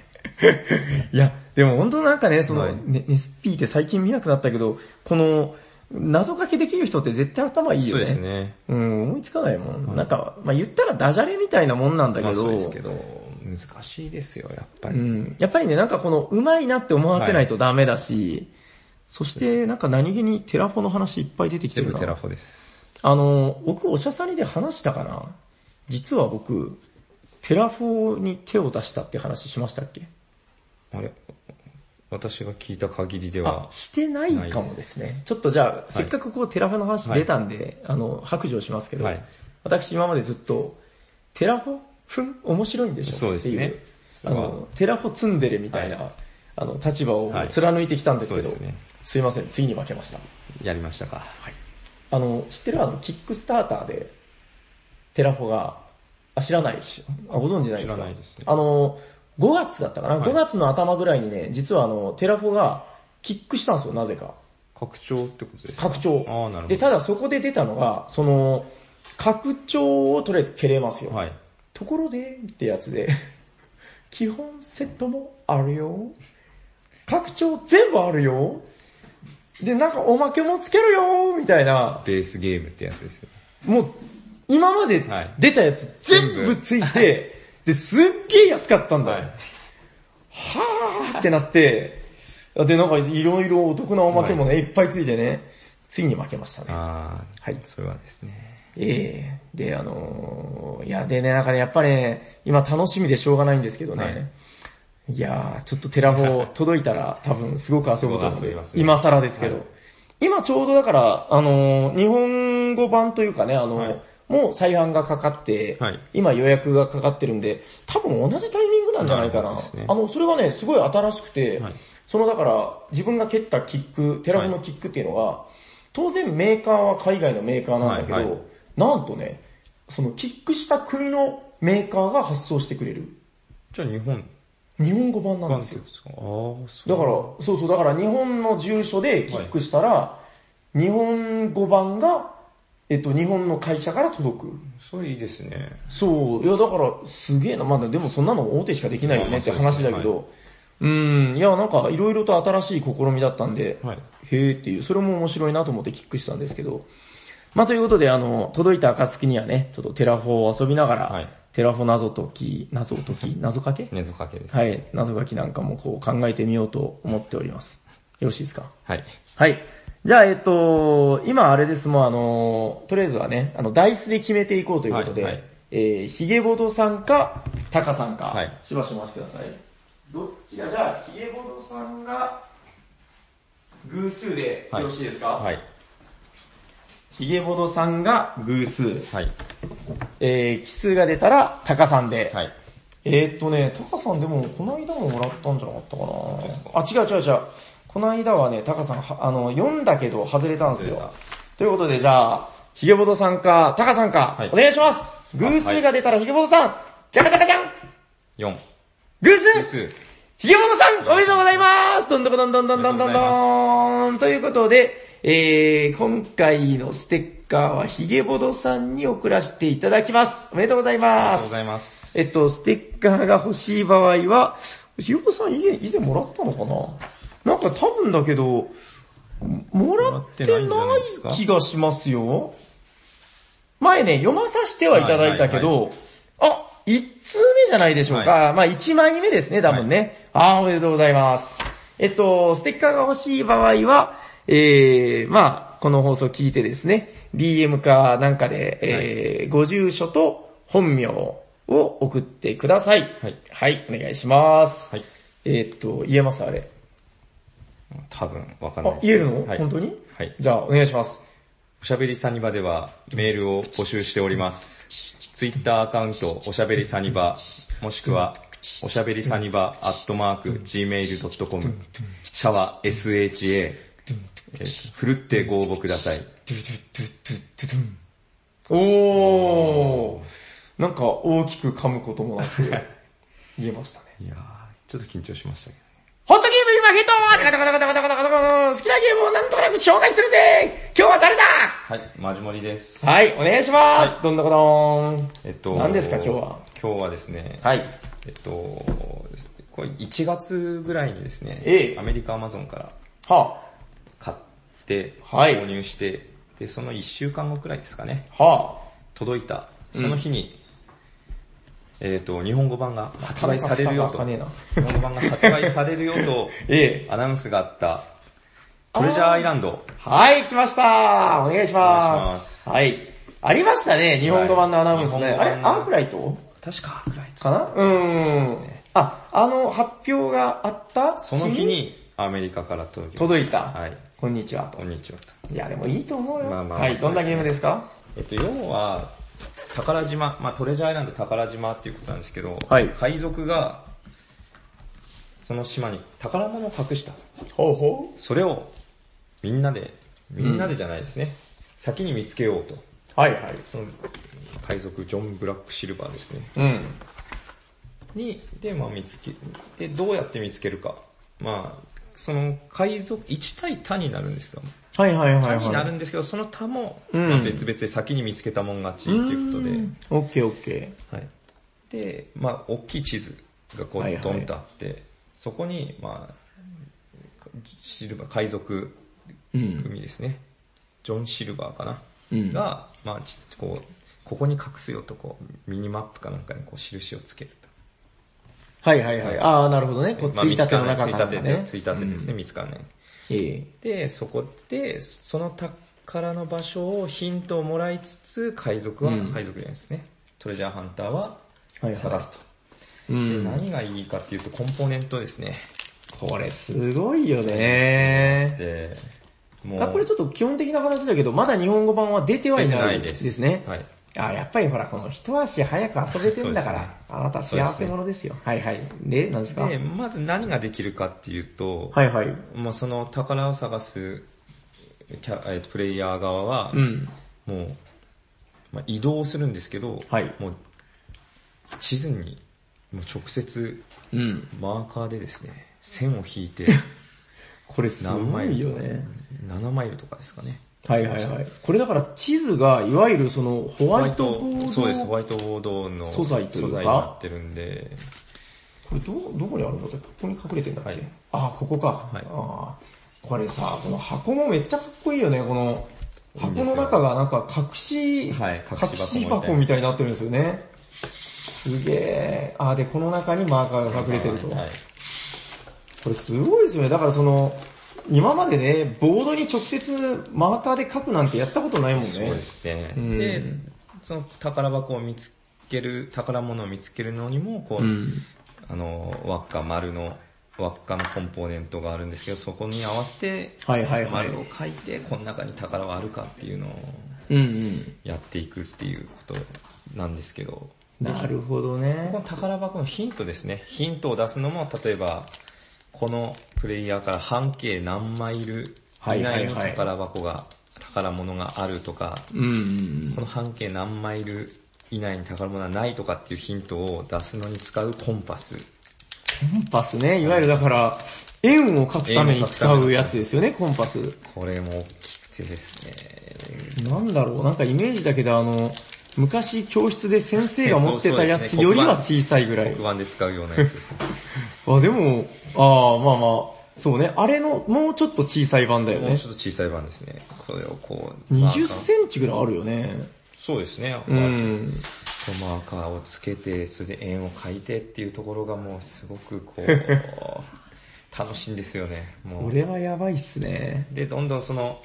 Speaker 3: いや、でも本当なんかね、その、
Speaker 1: はい
Speaker 3: ね、ネスピーって最近見なくなったけど、この、謎かけできる人って絶対頭
Speaker 1: 当
Speaker 3: い
Speaker 1: に
Speaker 3: い
Speaker 1: そ
Speaker 3: よね。
Speaker 1: うですね。
Speaker 3: うん、思いつかないもん。なんか、まあ言ったらダジャレみたいなもんなんだ
Speaker 1: ま
Speaker 3: け
Speaker 1: あそ
Speaker 3: ど、
Speaker 1: うですけど、難しいですよ、やっぱ
Speaker 3: う
Speaker 1: り。
Speaker 3: ん、やっぱりね、なんかこの、うまいなって思わせないとダメだし、そして、なんか何気にテラフォの話いっぱい出てきて
Speaker 5: 全
Speaker 3: る
Speaker 5: 部
Speaker 3: な。
Speaker 5: テラフォです。
Speaker 3: あの、僕、おしゃさにで話したかな実は僕、テラフォに手を出したって話しましたっけ
Speaker 5: あれ私が聞いた限りで
Speaker 3: あ
Speaker 5: は、、
Speaker 3: してないかもですね。ちょっとじゃあ、せっかくこう、テラフォの話出たんで、あの、白状しますけど
Speaker 5: はい、
Speaker 3: 私今までずっと、テラフォふん面白いんでしょ
Speaker 5: そうですね
Speaker 3: っていうあの、テラフォ積んでるみたいな、あの、立場を
Speaker 5: はい
Speaker 3: 貫いてきたんですけど
Speaker 5: そうですね、
Speaker 3: すいません、次に負けました。
Speaker 5: やりましたか。
Speaker 3: あの、知ってるあの、キックスターターで、テラフォが、あ、知らないし、あ、ご存知ないですか
Speaker 5: 知らないですね
Speaker 3: あの、5月だったかな、
Speaker 5: はい
Speaker 3: ?5 月の頭ぐらいにね、実はあの、テラフォが、キックしたんですよ、なぜか。
Speaker 5: 拡張ってことですか
Speaker 3: 拡張
Speaker 5: あーなるほど。
Speaker 3: で、ただそこで出たのが、その、拡張をとりあえず蹴れますよ。
Speaker 5: はい。
Speaker 3: ところで、ってやつで、 基本セットもあるよ。拡張全部あるよ。で、なんかおまけもつけるよ、みたいな。
Speaker 5: ベースゲームってやつですね。
Speaker 3: もう、今まで
Speaker 5: はい
Speaker 3: 出たやつ全部ついて、 で、すっげえ安かったんだよ。はーってなって、で、なんかいろいろお得なおまけもね、いっぱいついてね、ついに負けましたね。
Speaker 5: あー、
Speaker 3: はい
Speaker 5: それはですね。
Speaker 3: ええで、あのーいや、でね、なんかね、やっぱりね、今楽しみでしょうがないんですけどね、
Speaker 5: はい
Speaker 3: い、やー、ちょっとテラフ ォ届いたら多分すごく遊ぶと思う
Speaker 5: す
Speaker 3: ん
Speaker 5: ご
Speaker 3: で
Speaker 5: い遊びますね
Speaker 3: 今更ですけど、今ちょうどだから、あのー日本語版というかね、あのー
Speaker 5: はい
Speaker 3: もう再販がかかって、
Speaker 5: はい
Speaker 3: 今予約がかかってるんで、多分同じタイミングなんじゃないかな。
Speaker 5: なるほどですね
Speaker 3: あの、それがね、すごい新しくて、
Speaker 5: はい
Speaker 3: そのだから、自分が蹴ったキック、テラフォのキックっていうのは、当然メーカーは海外のメーカーなんだけど、
Speaker 5: はいはい
Speaker 3: なんとね、そのキックした国のメーカーが発送してくれる。
Speaker 5: じゃあ日本
Speaker 3: 日本語版な
Speaker 5: 版
Speaker 3: ん
Speaker 5: っ
Speaker 3: です
Speaker 5: てこ
Speaker 3: よ
Speaker 5: と。ですかああー、そう。
Speaker 3: だから、そうそう、だから日本の住所でキックしたら、日本語版が、えっと、日本の会社から届く。
Speaker 5: それいいですね。
Speaker 3: そう、いやだからすげえな、まだでもそんなの大手しかできないよ
Speaker 5: ま
Speaker 3: ね
Speaker 5: あ
Speaker 3: って
Speaker 5: まあそう
Speaker 3: 話
Speaker 5: ですね
Speaker 3: だけど、うーん、いやなんかいろいろと新しい試みだったんで、
Speaker 5: はい
Speaker 3: へーっていう、それも面白いなと思ってキックしたんですけど、まあということであの、届いた暁にはね、ちょっとテラフォを遊びながら、
Speaker 5: はい
Speaker 3: テラフォ謎解き、謎解き、謎かけ
Speaker 5: 根付かけです。
Speaker 3: はい、謎書きなんかもこう考えてみようと思っております。よろしいですか
Speaker 5: はい。
Speaker 3: はい。じゃあ、えっと、今あれです、もうあの、とりあえずはね、あの、ダイスで決めていこうということで、
Speaker 5: はいはい
Speaker 3: えー、ヒゲボドさんか、タカさんか、
Speaker 5: はい
Speaker 3: しばしお待ちください。どっちが、じゃあ、ヒゲボドさんが、偶数でよろしいですか、
Speaker 5: はい。
Speaker 3: ヒゲボドさんが偶数、
Speaker 5: はい。
Speaker 3: えー、奇数が出たら、タカさんで、
Speaker 5: はい。
Speaker 3: えーっとね、タカさんでも、この間ももらったんじゃなかったかなあ、違う違う違う。この間はね、タカさん、はあの、読んだけど外れたんですよ。ということで、じゃあ、ヒゲボドさんか、タカさんか、
Speaker 5: はい
Speaker 3: お願いします偶数が出たらヒゲボドさん、じゃかじゃかじゃん
Speaker 5: 4。
Speaker 3: 偶
Speaker 5: で
Speaker 3: 数
Speaker 5: す。
Speaker 3: ヒゲボドさんおめでとうございますどんどこどんどんどんどんどんどーんということで、えー、今回のステッカーはヒゲボドさんに送らせていただきます。おめでとうござい
Speaker 5: あり
Speaker 3: ま
Speaker 5: がとう
Speaker 3: す
Speaker 5: ご。ざいます。
Speaker 3: えっと、ステッカーが欲しい場合は、ひよこさん以前以前もらったのかななんか多分だけど、もらってな
Speaker 5: もらってないんじゃないですか
Speaker 3: い気がしますよ。前ね、読まさせてはいただいたけど、
Speaker 5: はい
Speaker 3: あ、1通目じゃないでしょうか。まあ1枚目ですね、多分ね。あーおめでとうございます。えっと、ステッカーが欲しい場合は、えー、まあこの放送聞いてですね、DM かなんかで、えーご住所と本名を送ってください。
Speaker 5: はい。
Speaker 3: お願いします。
Speaker 5: はい。
Speaker 3: えーっと、言えますあれ。
Speaker 5: 多分、わかんない
Speaker 3: あ
Speaker 5: で、す。
Speaker 3: 言えるの、
Speaker 5: はい
Speaker 3: 本当に
Speaker 5: はい。
Speaker 3: じゃあ、お願いします。
Speaker 5: おしゃべりサニバではメールを募集しております。ツイッターアカウントおしゃべりサニバ、もしくはおしゃべりサニバアットマーク gmail.com、シャワー SHA、えーふるってご応募ください。
Speaker 3: おー。なんか大きく噛むこともなく言えましたね。
Speaker 5: いやー、ちょっと緊張しましたけ
Speaker 3: ホットゲーム今ゲットガタガタガタガタガタガタガタ好きなゲームをなんとなく紹介するぜ今日は誰だ
Speaker 5: ど。はい、マジモリです。
Speaker 3: はい、お願いします、どんなことーん。
Speaker 5: えっと、
Speaker 3: 何ですか今日は
Speaker 5: 今日はですね、
Speaker 3: はい。
Speaker 5: えっと、これ1月ぐらいにですね、
Speaker 3: ええ
Speaker 5: アメリカアマゾンから
Speaker 3: は
Speaker 5: 買って、
Speaker 3: はい
Speaker 5: 購入して、で、その1週間後くらいですかね、
Speaker 3: あ、は
Speaker 5: 届いた、その日に、えっ、と、日本語版が
Speaker 3: あ、
Speaker 5: 発売 されるよと、
Speaker 3: なかなか開かねえ
Speaker 5: 日
Speaker 3: な 、
Speaker 5: 本語版が発売されるよと
Speaker 3: ええ
Speaker 5: アナウンスがあった、
Speaker 1: トレジャーアイランド。
Speaker 3: はい、来ましたお願いし
Speaker 1: お願いし
Speaker 3: ま。
Speaker 1: ます
Speaker 3: はい。ありましたね、日本語版のアナウンスね。
Speaker 1: はい
Speaker 3: あれ、
Speaker 1: 日本語版の
Speaker 3: アンフライト
Speaker 1: 確か、ぐらい
Speaker 3: かなうーん。あ、あの発表があった
Speaker 1: その日にアメリカから届きました
Speaker 3: 届いた。
Speaker 1: はい。
Speaker 3: こんにちはと
Speaker 1: こ。んにちはと。
Speaker 3: いや、でもいいと思うよ。
Speaker 1: まあまあ
Speaker 3: はい、どんなゲームですか
Speaker 1: えっと、要は、宝島、まあトレジャーアイランド宝島っていうことなんですけど、
Speaker 3: はい
Speaker 1: 海賊が、その島に宝物を隠した。
Speaker 3: ほうほ
Speaker 1: それを、みんなで、みんなでじゃないですね。先に見つけようと。
Speaker 3: う。はいはい。
Speaker 1: その、海賊ジョン・ブラック・シルバーですね。
Speaker 3: うん。
Speaker 1: に、で、まあ見つけ、で、どうやって見つけるか。まあ、その海賊、1対他になるんですよ。
Speaker 3: はいはいはい、は
Speaker 1: 他
Speaker 3: い。
Speaker 1: になるんですけど、その他も、
Speaker 3: うん
Speaker 1: まあ別々で先に見つけたもん勝ちっていうことで、
Speaker 3: オッケーオッケ
Speaker 1: はい。で、まあ大きい地図がこ
Speaker 3: はいは
Speaker 1: う
Speaker 3: い
Speaker 1: ドンとあって、そこに、まあ、シルバー、海賊
Speaker 3: ー。うん。
Speaker 1: 組ですね。ジョン・シルバーかな。
Speaker 3: うん
Speaker 1: が、まあちこう、ここに隠すよとこう、ミニマップかなんかにこう印をつけると。
Speaker 3: はいはいはい。ああ、なるほどね。こう、
Speaker 1: ま
Speaker 3: つ
Speaker 1: あ
Speaker 3: い
Speaker 1: 見
Speaker 3: た
Speaker 1: つ
Speaker 3: て
Speaker 1: か
Speaker 3: の
Speaker 1: ない、
Speaker 3: 中
Speaker 1: ついたてね、つ
Speaker 3: つい
Speaker 1: いたてですね、見つからない。で、そこで、その宝の場所をヒントをもらいつつ、海賊は、
Speaker 3: うん
Speaker 1: 海賊じゃないですね。トレジャーハンターは
Speaker 3: はいはい
Speaker 1: 探すと。
Speaker 3: う
Speaker 1: で
Speaker 3: ん。
Speaker 1: 何がいいかっていうと、コンポーネントですね。
Speaker 3: これすごいよね。
Speaker 1: で、も
Speaker 3: あ、これちょっと基本的な話だけど、まだ日本語版は出てはい
Speaker 1: 出て
Speaker 3: な
Speaker 1: ないい
Speaker 3: で
Speaker 1: です。
Speaker 3: すね。
Speaker 1: はい。
Speaker 3: あ、やっぱりほら、この一足早く遊べてんだから、
Speaker 1: そうですね
Speaker 3: あなた幸せ者ですよ。はいはい。で、何ですか
Speaker 1: で、まず何ができるかっていうと、
Speaker 3: はいはい。
Speaker 1: まあその宝を探すキャ、えープレイヤー側は、
Speaker 3: うん。
Speaker 1: もう、まあ、移動するんですけど、
Speaker 3: はい
Speaker 1: もう、地図に、もう直接、
Speaker 3: うん。
Speaker 1: マーカーでですね、線を引 いて、
Speaker 3: これす
Speaker 1: 何
Speaker 3: ご
Speaker 1: マイ
Speaker 3: い
Speaker 1: ル
Speaker 3: よ
Speaker 1: とか、
Speaker 3: ね。
Speaker 1: 7マイルとかですかね。
Speaker 3: はいはいはい。これだから地図が、いわゆるそのホワイトボード。
Speaker 1: そうです、ホワイトボードの
Speaker 3: 素材というか
Speaker 1: 素材になってるんで、
Speaker 3: これど、どこにあるんだってここに隠れてんだっけ、
Speaker 1: はい
Speaker 3: あ、ここか。
Speaker 1: はい
Speaker 3: あーこれさ、この箱もめっちゃかっこいいよね、この。箱の中がなんか隠し、
Speaker 1: はい
Speaker 3: 隠
Speaker 1: 隠
Speaker 3: し
Speaker 1: し
Speaker 3: 箱
Speaker 1: 箱
Speaker 3: み
Speaker 1: み
Speaker 3: たいになってるんですよね。すげえ。あー、で、この中にマーカーが隠れてると。
Speaker 1: はい。
Speaker 3: これすごいですよね。だからその、今までね、ボードに直接マーカーで書くなんてやったことないもんね。
Speaker 1: そうですね。
Speaker 3: うん
Speaker 1: で、その宝箱を見つける、宝物を見つけるのにも、こう、
Speaker 3: うん。
Speaker 1: あの、輪っか丸の、輪っかのコンポーネントがあるんですけど、そこに合わせて、
Speaker 3: はいはいはい
Speaker 1: 丸を書いて、この中に宝はあるかっていうのを
Speaker 3: うんうん。
Speaker 1: やっていくっていうことなんですけど、
Speaker 3: なるほど
Speaker 1: ここ
Speaker 3: ね
Speaker 1: の。宝箱のヒントですね。ヒントを出すのも、例えば、このプレイヤーから半径何マイル以内に宝箱が、宝物があるとか、
Speaker 3: うんうん
Speaker 1: この半径何マイル以内に宝物はないとかっていうヒントを出すのに使うコンパス。
Speaker 3: コンパスね、いわゆるだから、円を描くために使うやつですよね、コンパス。
Speaker 1: これも大きくてですね。
Speaker 3: なんだろう、なんかイメージだけどあの、昔教室で先生が持ってたやつ
Speaker 1: そうそう
Speaker 3: よりは
Speaker 1: 黒板
Speaker 3: 小さいぐらい。
Speaker 1: 黒板で使うようなやつですね。
Speaker 3: あ、でも、ああ、まあまあ、そうね、あれの、もうちょっと小さい 版だよ
Speaker 1: もう
Speaker 3: ね
Speaker 1: ち。ょっと小さい版ですね。これをこう。
Speaker 3: 20
Speaker 1: ン
Speaker 3: センチぐらいあるよね。
Speaker 1: そうですね。
Speaker 3: うん。
Speaker 1: こうマーカーをつけて、それで円を描いてっていうところがもうすごく こう、楽しいんですよね。も
Speaker 3: こ
Speaker 1: う。
Speaker 3: れはやばいっすね。
Speaker 1: で、どんどんその、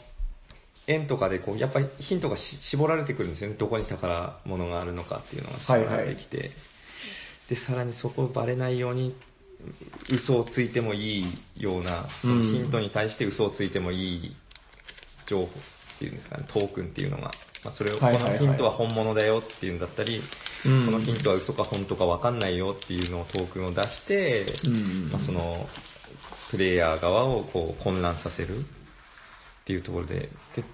Speaker 1: 円とかでこう、やっぱりヒントがし絞られてくるんですよね。どこに宝物があるのかっていうのが絞られてきて。で、さらにそこをバレないように、嘘をついてもいいような、そのヒントに対して嘘をついてもいい情報っていうんですかね、トークンっていうのが。まあ、それを、こ
Speaker 3: はい
Speaker 1: の
Speaker 3: はいはい
Speaker 1: ヒントは本物だよっていうんだったり、
Speaker 3: うん
Speaker 1: このヒントは嘘か本当かわかんないよっていうのをトークンを出して、
Speaker 3: ん
Speaker 1: まあ、その、プレイヤー側をこう混乱させるっていうところで、で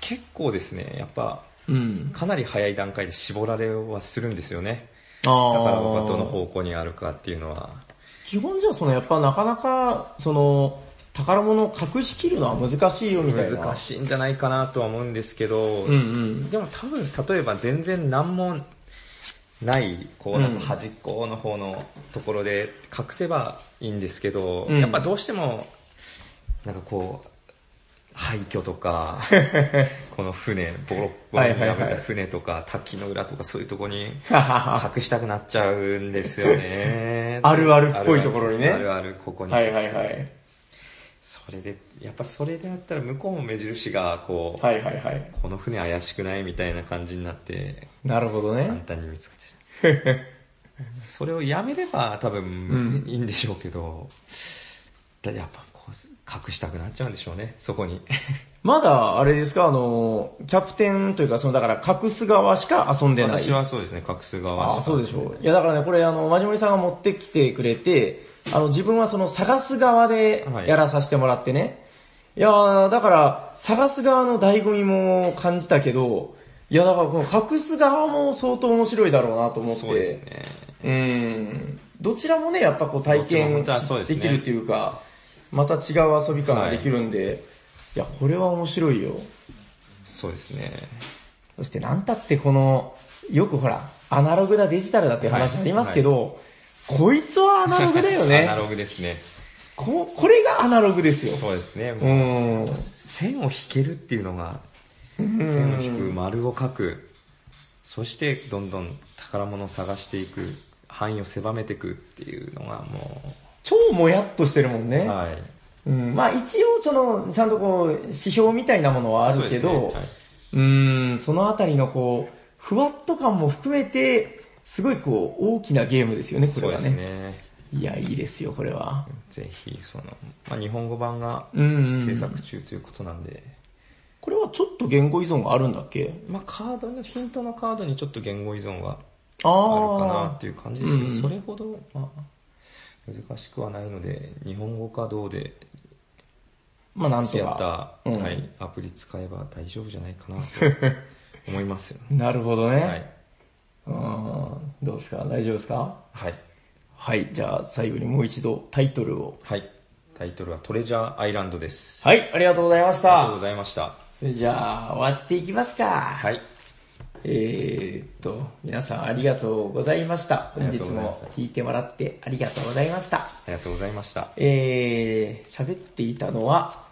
Speaker 1: 結構ですね、やっぱ、
Speaker 3: うん。
Speaker 1: かなり早い段階で絞られはするんですよね。
Speaker 3: あ
Speaker 1: だ
Speaker 3: あ。
Speaker 1: から僕はどの方向にあるかっていうのは。
Speaker 3: 基本じゃそのやっぱなかなか、その、宝物を隠しきるのは難しいよみたいな。
Speaker 1: 難しいんじゃないかなとは思うんですけど、
Speaker 3: うんうん。
Speaker 1: でも多分、例えば全然何もない、こ
Speaker 3: う
Speaker 1: うんなんか端っこの方のところで隠せばいいんですけど、
Speaker 3: うん
Speaker 1: やっぱどうしても、なんかこう、廃墟と か、この船、ボロッボロに
Speaker 3: はいはい
Speaker 1: 破
Speaker 3: はい
Speaker 1: れた船とか、滝の裏とかそういうとこに
Speaker 3: はははは
Speaker 1: 隠したくなっちゃうんですよね
Speaker 3: 。あるあるっぽいところにね
Speaker 1: あるある、ここに。
Speaker 3: はいはいはい。
Speaker 1: それで、やっぱそれであったら向こうも目印が、こう、
Speaker 3: はいはいはい。
Speaker 1: この船怪しくないみたいな感じになって、
Speaker 3: なるほど
Speaker 1: 簡
Speaker 3: ね。
Speaker 1: 単に見つかっちゃう。 それをやめれば多分いいんでしょうけど、だやっぱこう、隠したくなっちゃうんでしょうね、そこに。
Speaker 3: まだ、あれですか、あの、キャプテンというか、その、だから、隠す側しか遊んでない。
Speaker 1: 私はそうですね、隠す側
Speaker 3: ああ、そうでし
Speaker 1: ょ。
Speaker 3: ょう。いやだからね、これあの、まじもりさんが持ってきてくれて、あの、自分はその探す側で
Speaker 1: はい
Speaker 3: やらさせてもらってね。い、やーだから、探す側の醍醐味も感じたけど、いやだからこの隠す側も相当面白いだろうなと思って。
Speaker 1: そうですね。
Speaker 3: うん。どちらもね、やっぱこう体
Speaker 1: ど
Speaker 3: 験
Speaker 1: っちも本当はそうです
Speaker 3: で
Speaker 1: ね
Speaker 3: きるというか、また違う遊び感ができるんで、い、や、これは面白いよ。
Speaker 1: そうですね。
Speaker 3: そしてなんたってこの、よくほら、アナログだデジタルだっていう話
Speaker 1: はい
Speaker 3: ありますけど、こいつはアナログだよね
Speaker 1: アナ。ログですね。
Speaker 3: ここれがアナログですよ。
Speaker 1: そうですね。
Speaker 3: う。
Speaker 1: もうん線を引けるっていうのが、線を引く、丸を書く、そしてどんどん宝物を探していく、範囲を狭めていくっていうのがも
Speaker 3: 超もやっとしてるもん
Speaker 1: う、
Speaker 3: ね。
Speaker 1: はい。
Speaker 3: うん、まあ一応その、ちゃんとこう、指標みたいなものはあるけ
Speaker 1: そう
Speaker 3: ど、
Speaker 1: ですねはいう
Speaker 3: ーん、そのあたりのこう、ふわっと感も含めて、すごいこう、大きなゲームですよね、こ
Speaker 1: そ
Speaker 3: れ
Speaker 1: う
Speaker 3: は
Speaker 1: です
Speaker 3: ね。
Speaker 1: ね。
Speaker 3: いや、いいですよ、これは。
Speaker 1: ぜひ、その、まあ、日本語版が
Speaker 3: うん、
Speaker 1: 制作中ということなんで、
Speaker 3: これはちょっと言語依存があるんだっけ
Speaker 1: まあ、カードの、ヒントのカードにちょっと言語依存は
Speaker 3: あ
Speaker 1: あるか
Speaker 3: あ
Speaker 1: なっていう感じですけど、
Speaker 3: うん
Speaker 1: それほど、まあ、難しくはないので、日本語かどうで、
Speaker 3: まあなんと
Speaker 1: やっ
Speaker 3: か。
Speaker 1: た、
Speaker 3: うん
Speaker 1: はい、アプリ使えば大丈夫じゃないかなと思いますよ、
Speaker 3: なるほどね。
Speaker 1: はい。
Speaker 3: うん、どうですか大丈夫ですか
Speaker 1: はい。
Speaker 3: はい、じゃあ最後にもう一度タイトルを。
Speaker 1: はい。タイトルはトレジャーアイランドです。
Speaker 3: はい、ありがとうございまし
Speaker 1: ありがとう
Speaker 3: た
Speaker 1: ご。ざいました。
Speaker 3: それじゃあ、終わっていきますか。
Speaker 1: はい。
Speaker 3: えーっと、皆さんありがとうございました。本日も聞いてもらってありがとうございました。
Speaker 1: ありがとうございました。
Speaker 3: えー、喋っていたのは、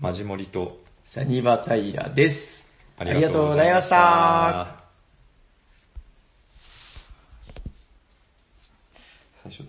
Speaker 1: マジモリと、
Speaker 3: サニバタイラです。
Speaker 1: あ
Speaker 3: ありがとうございました。
Speaker 1: 最初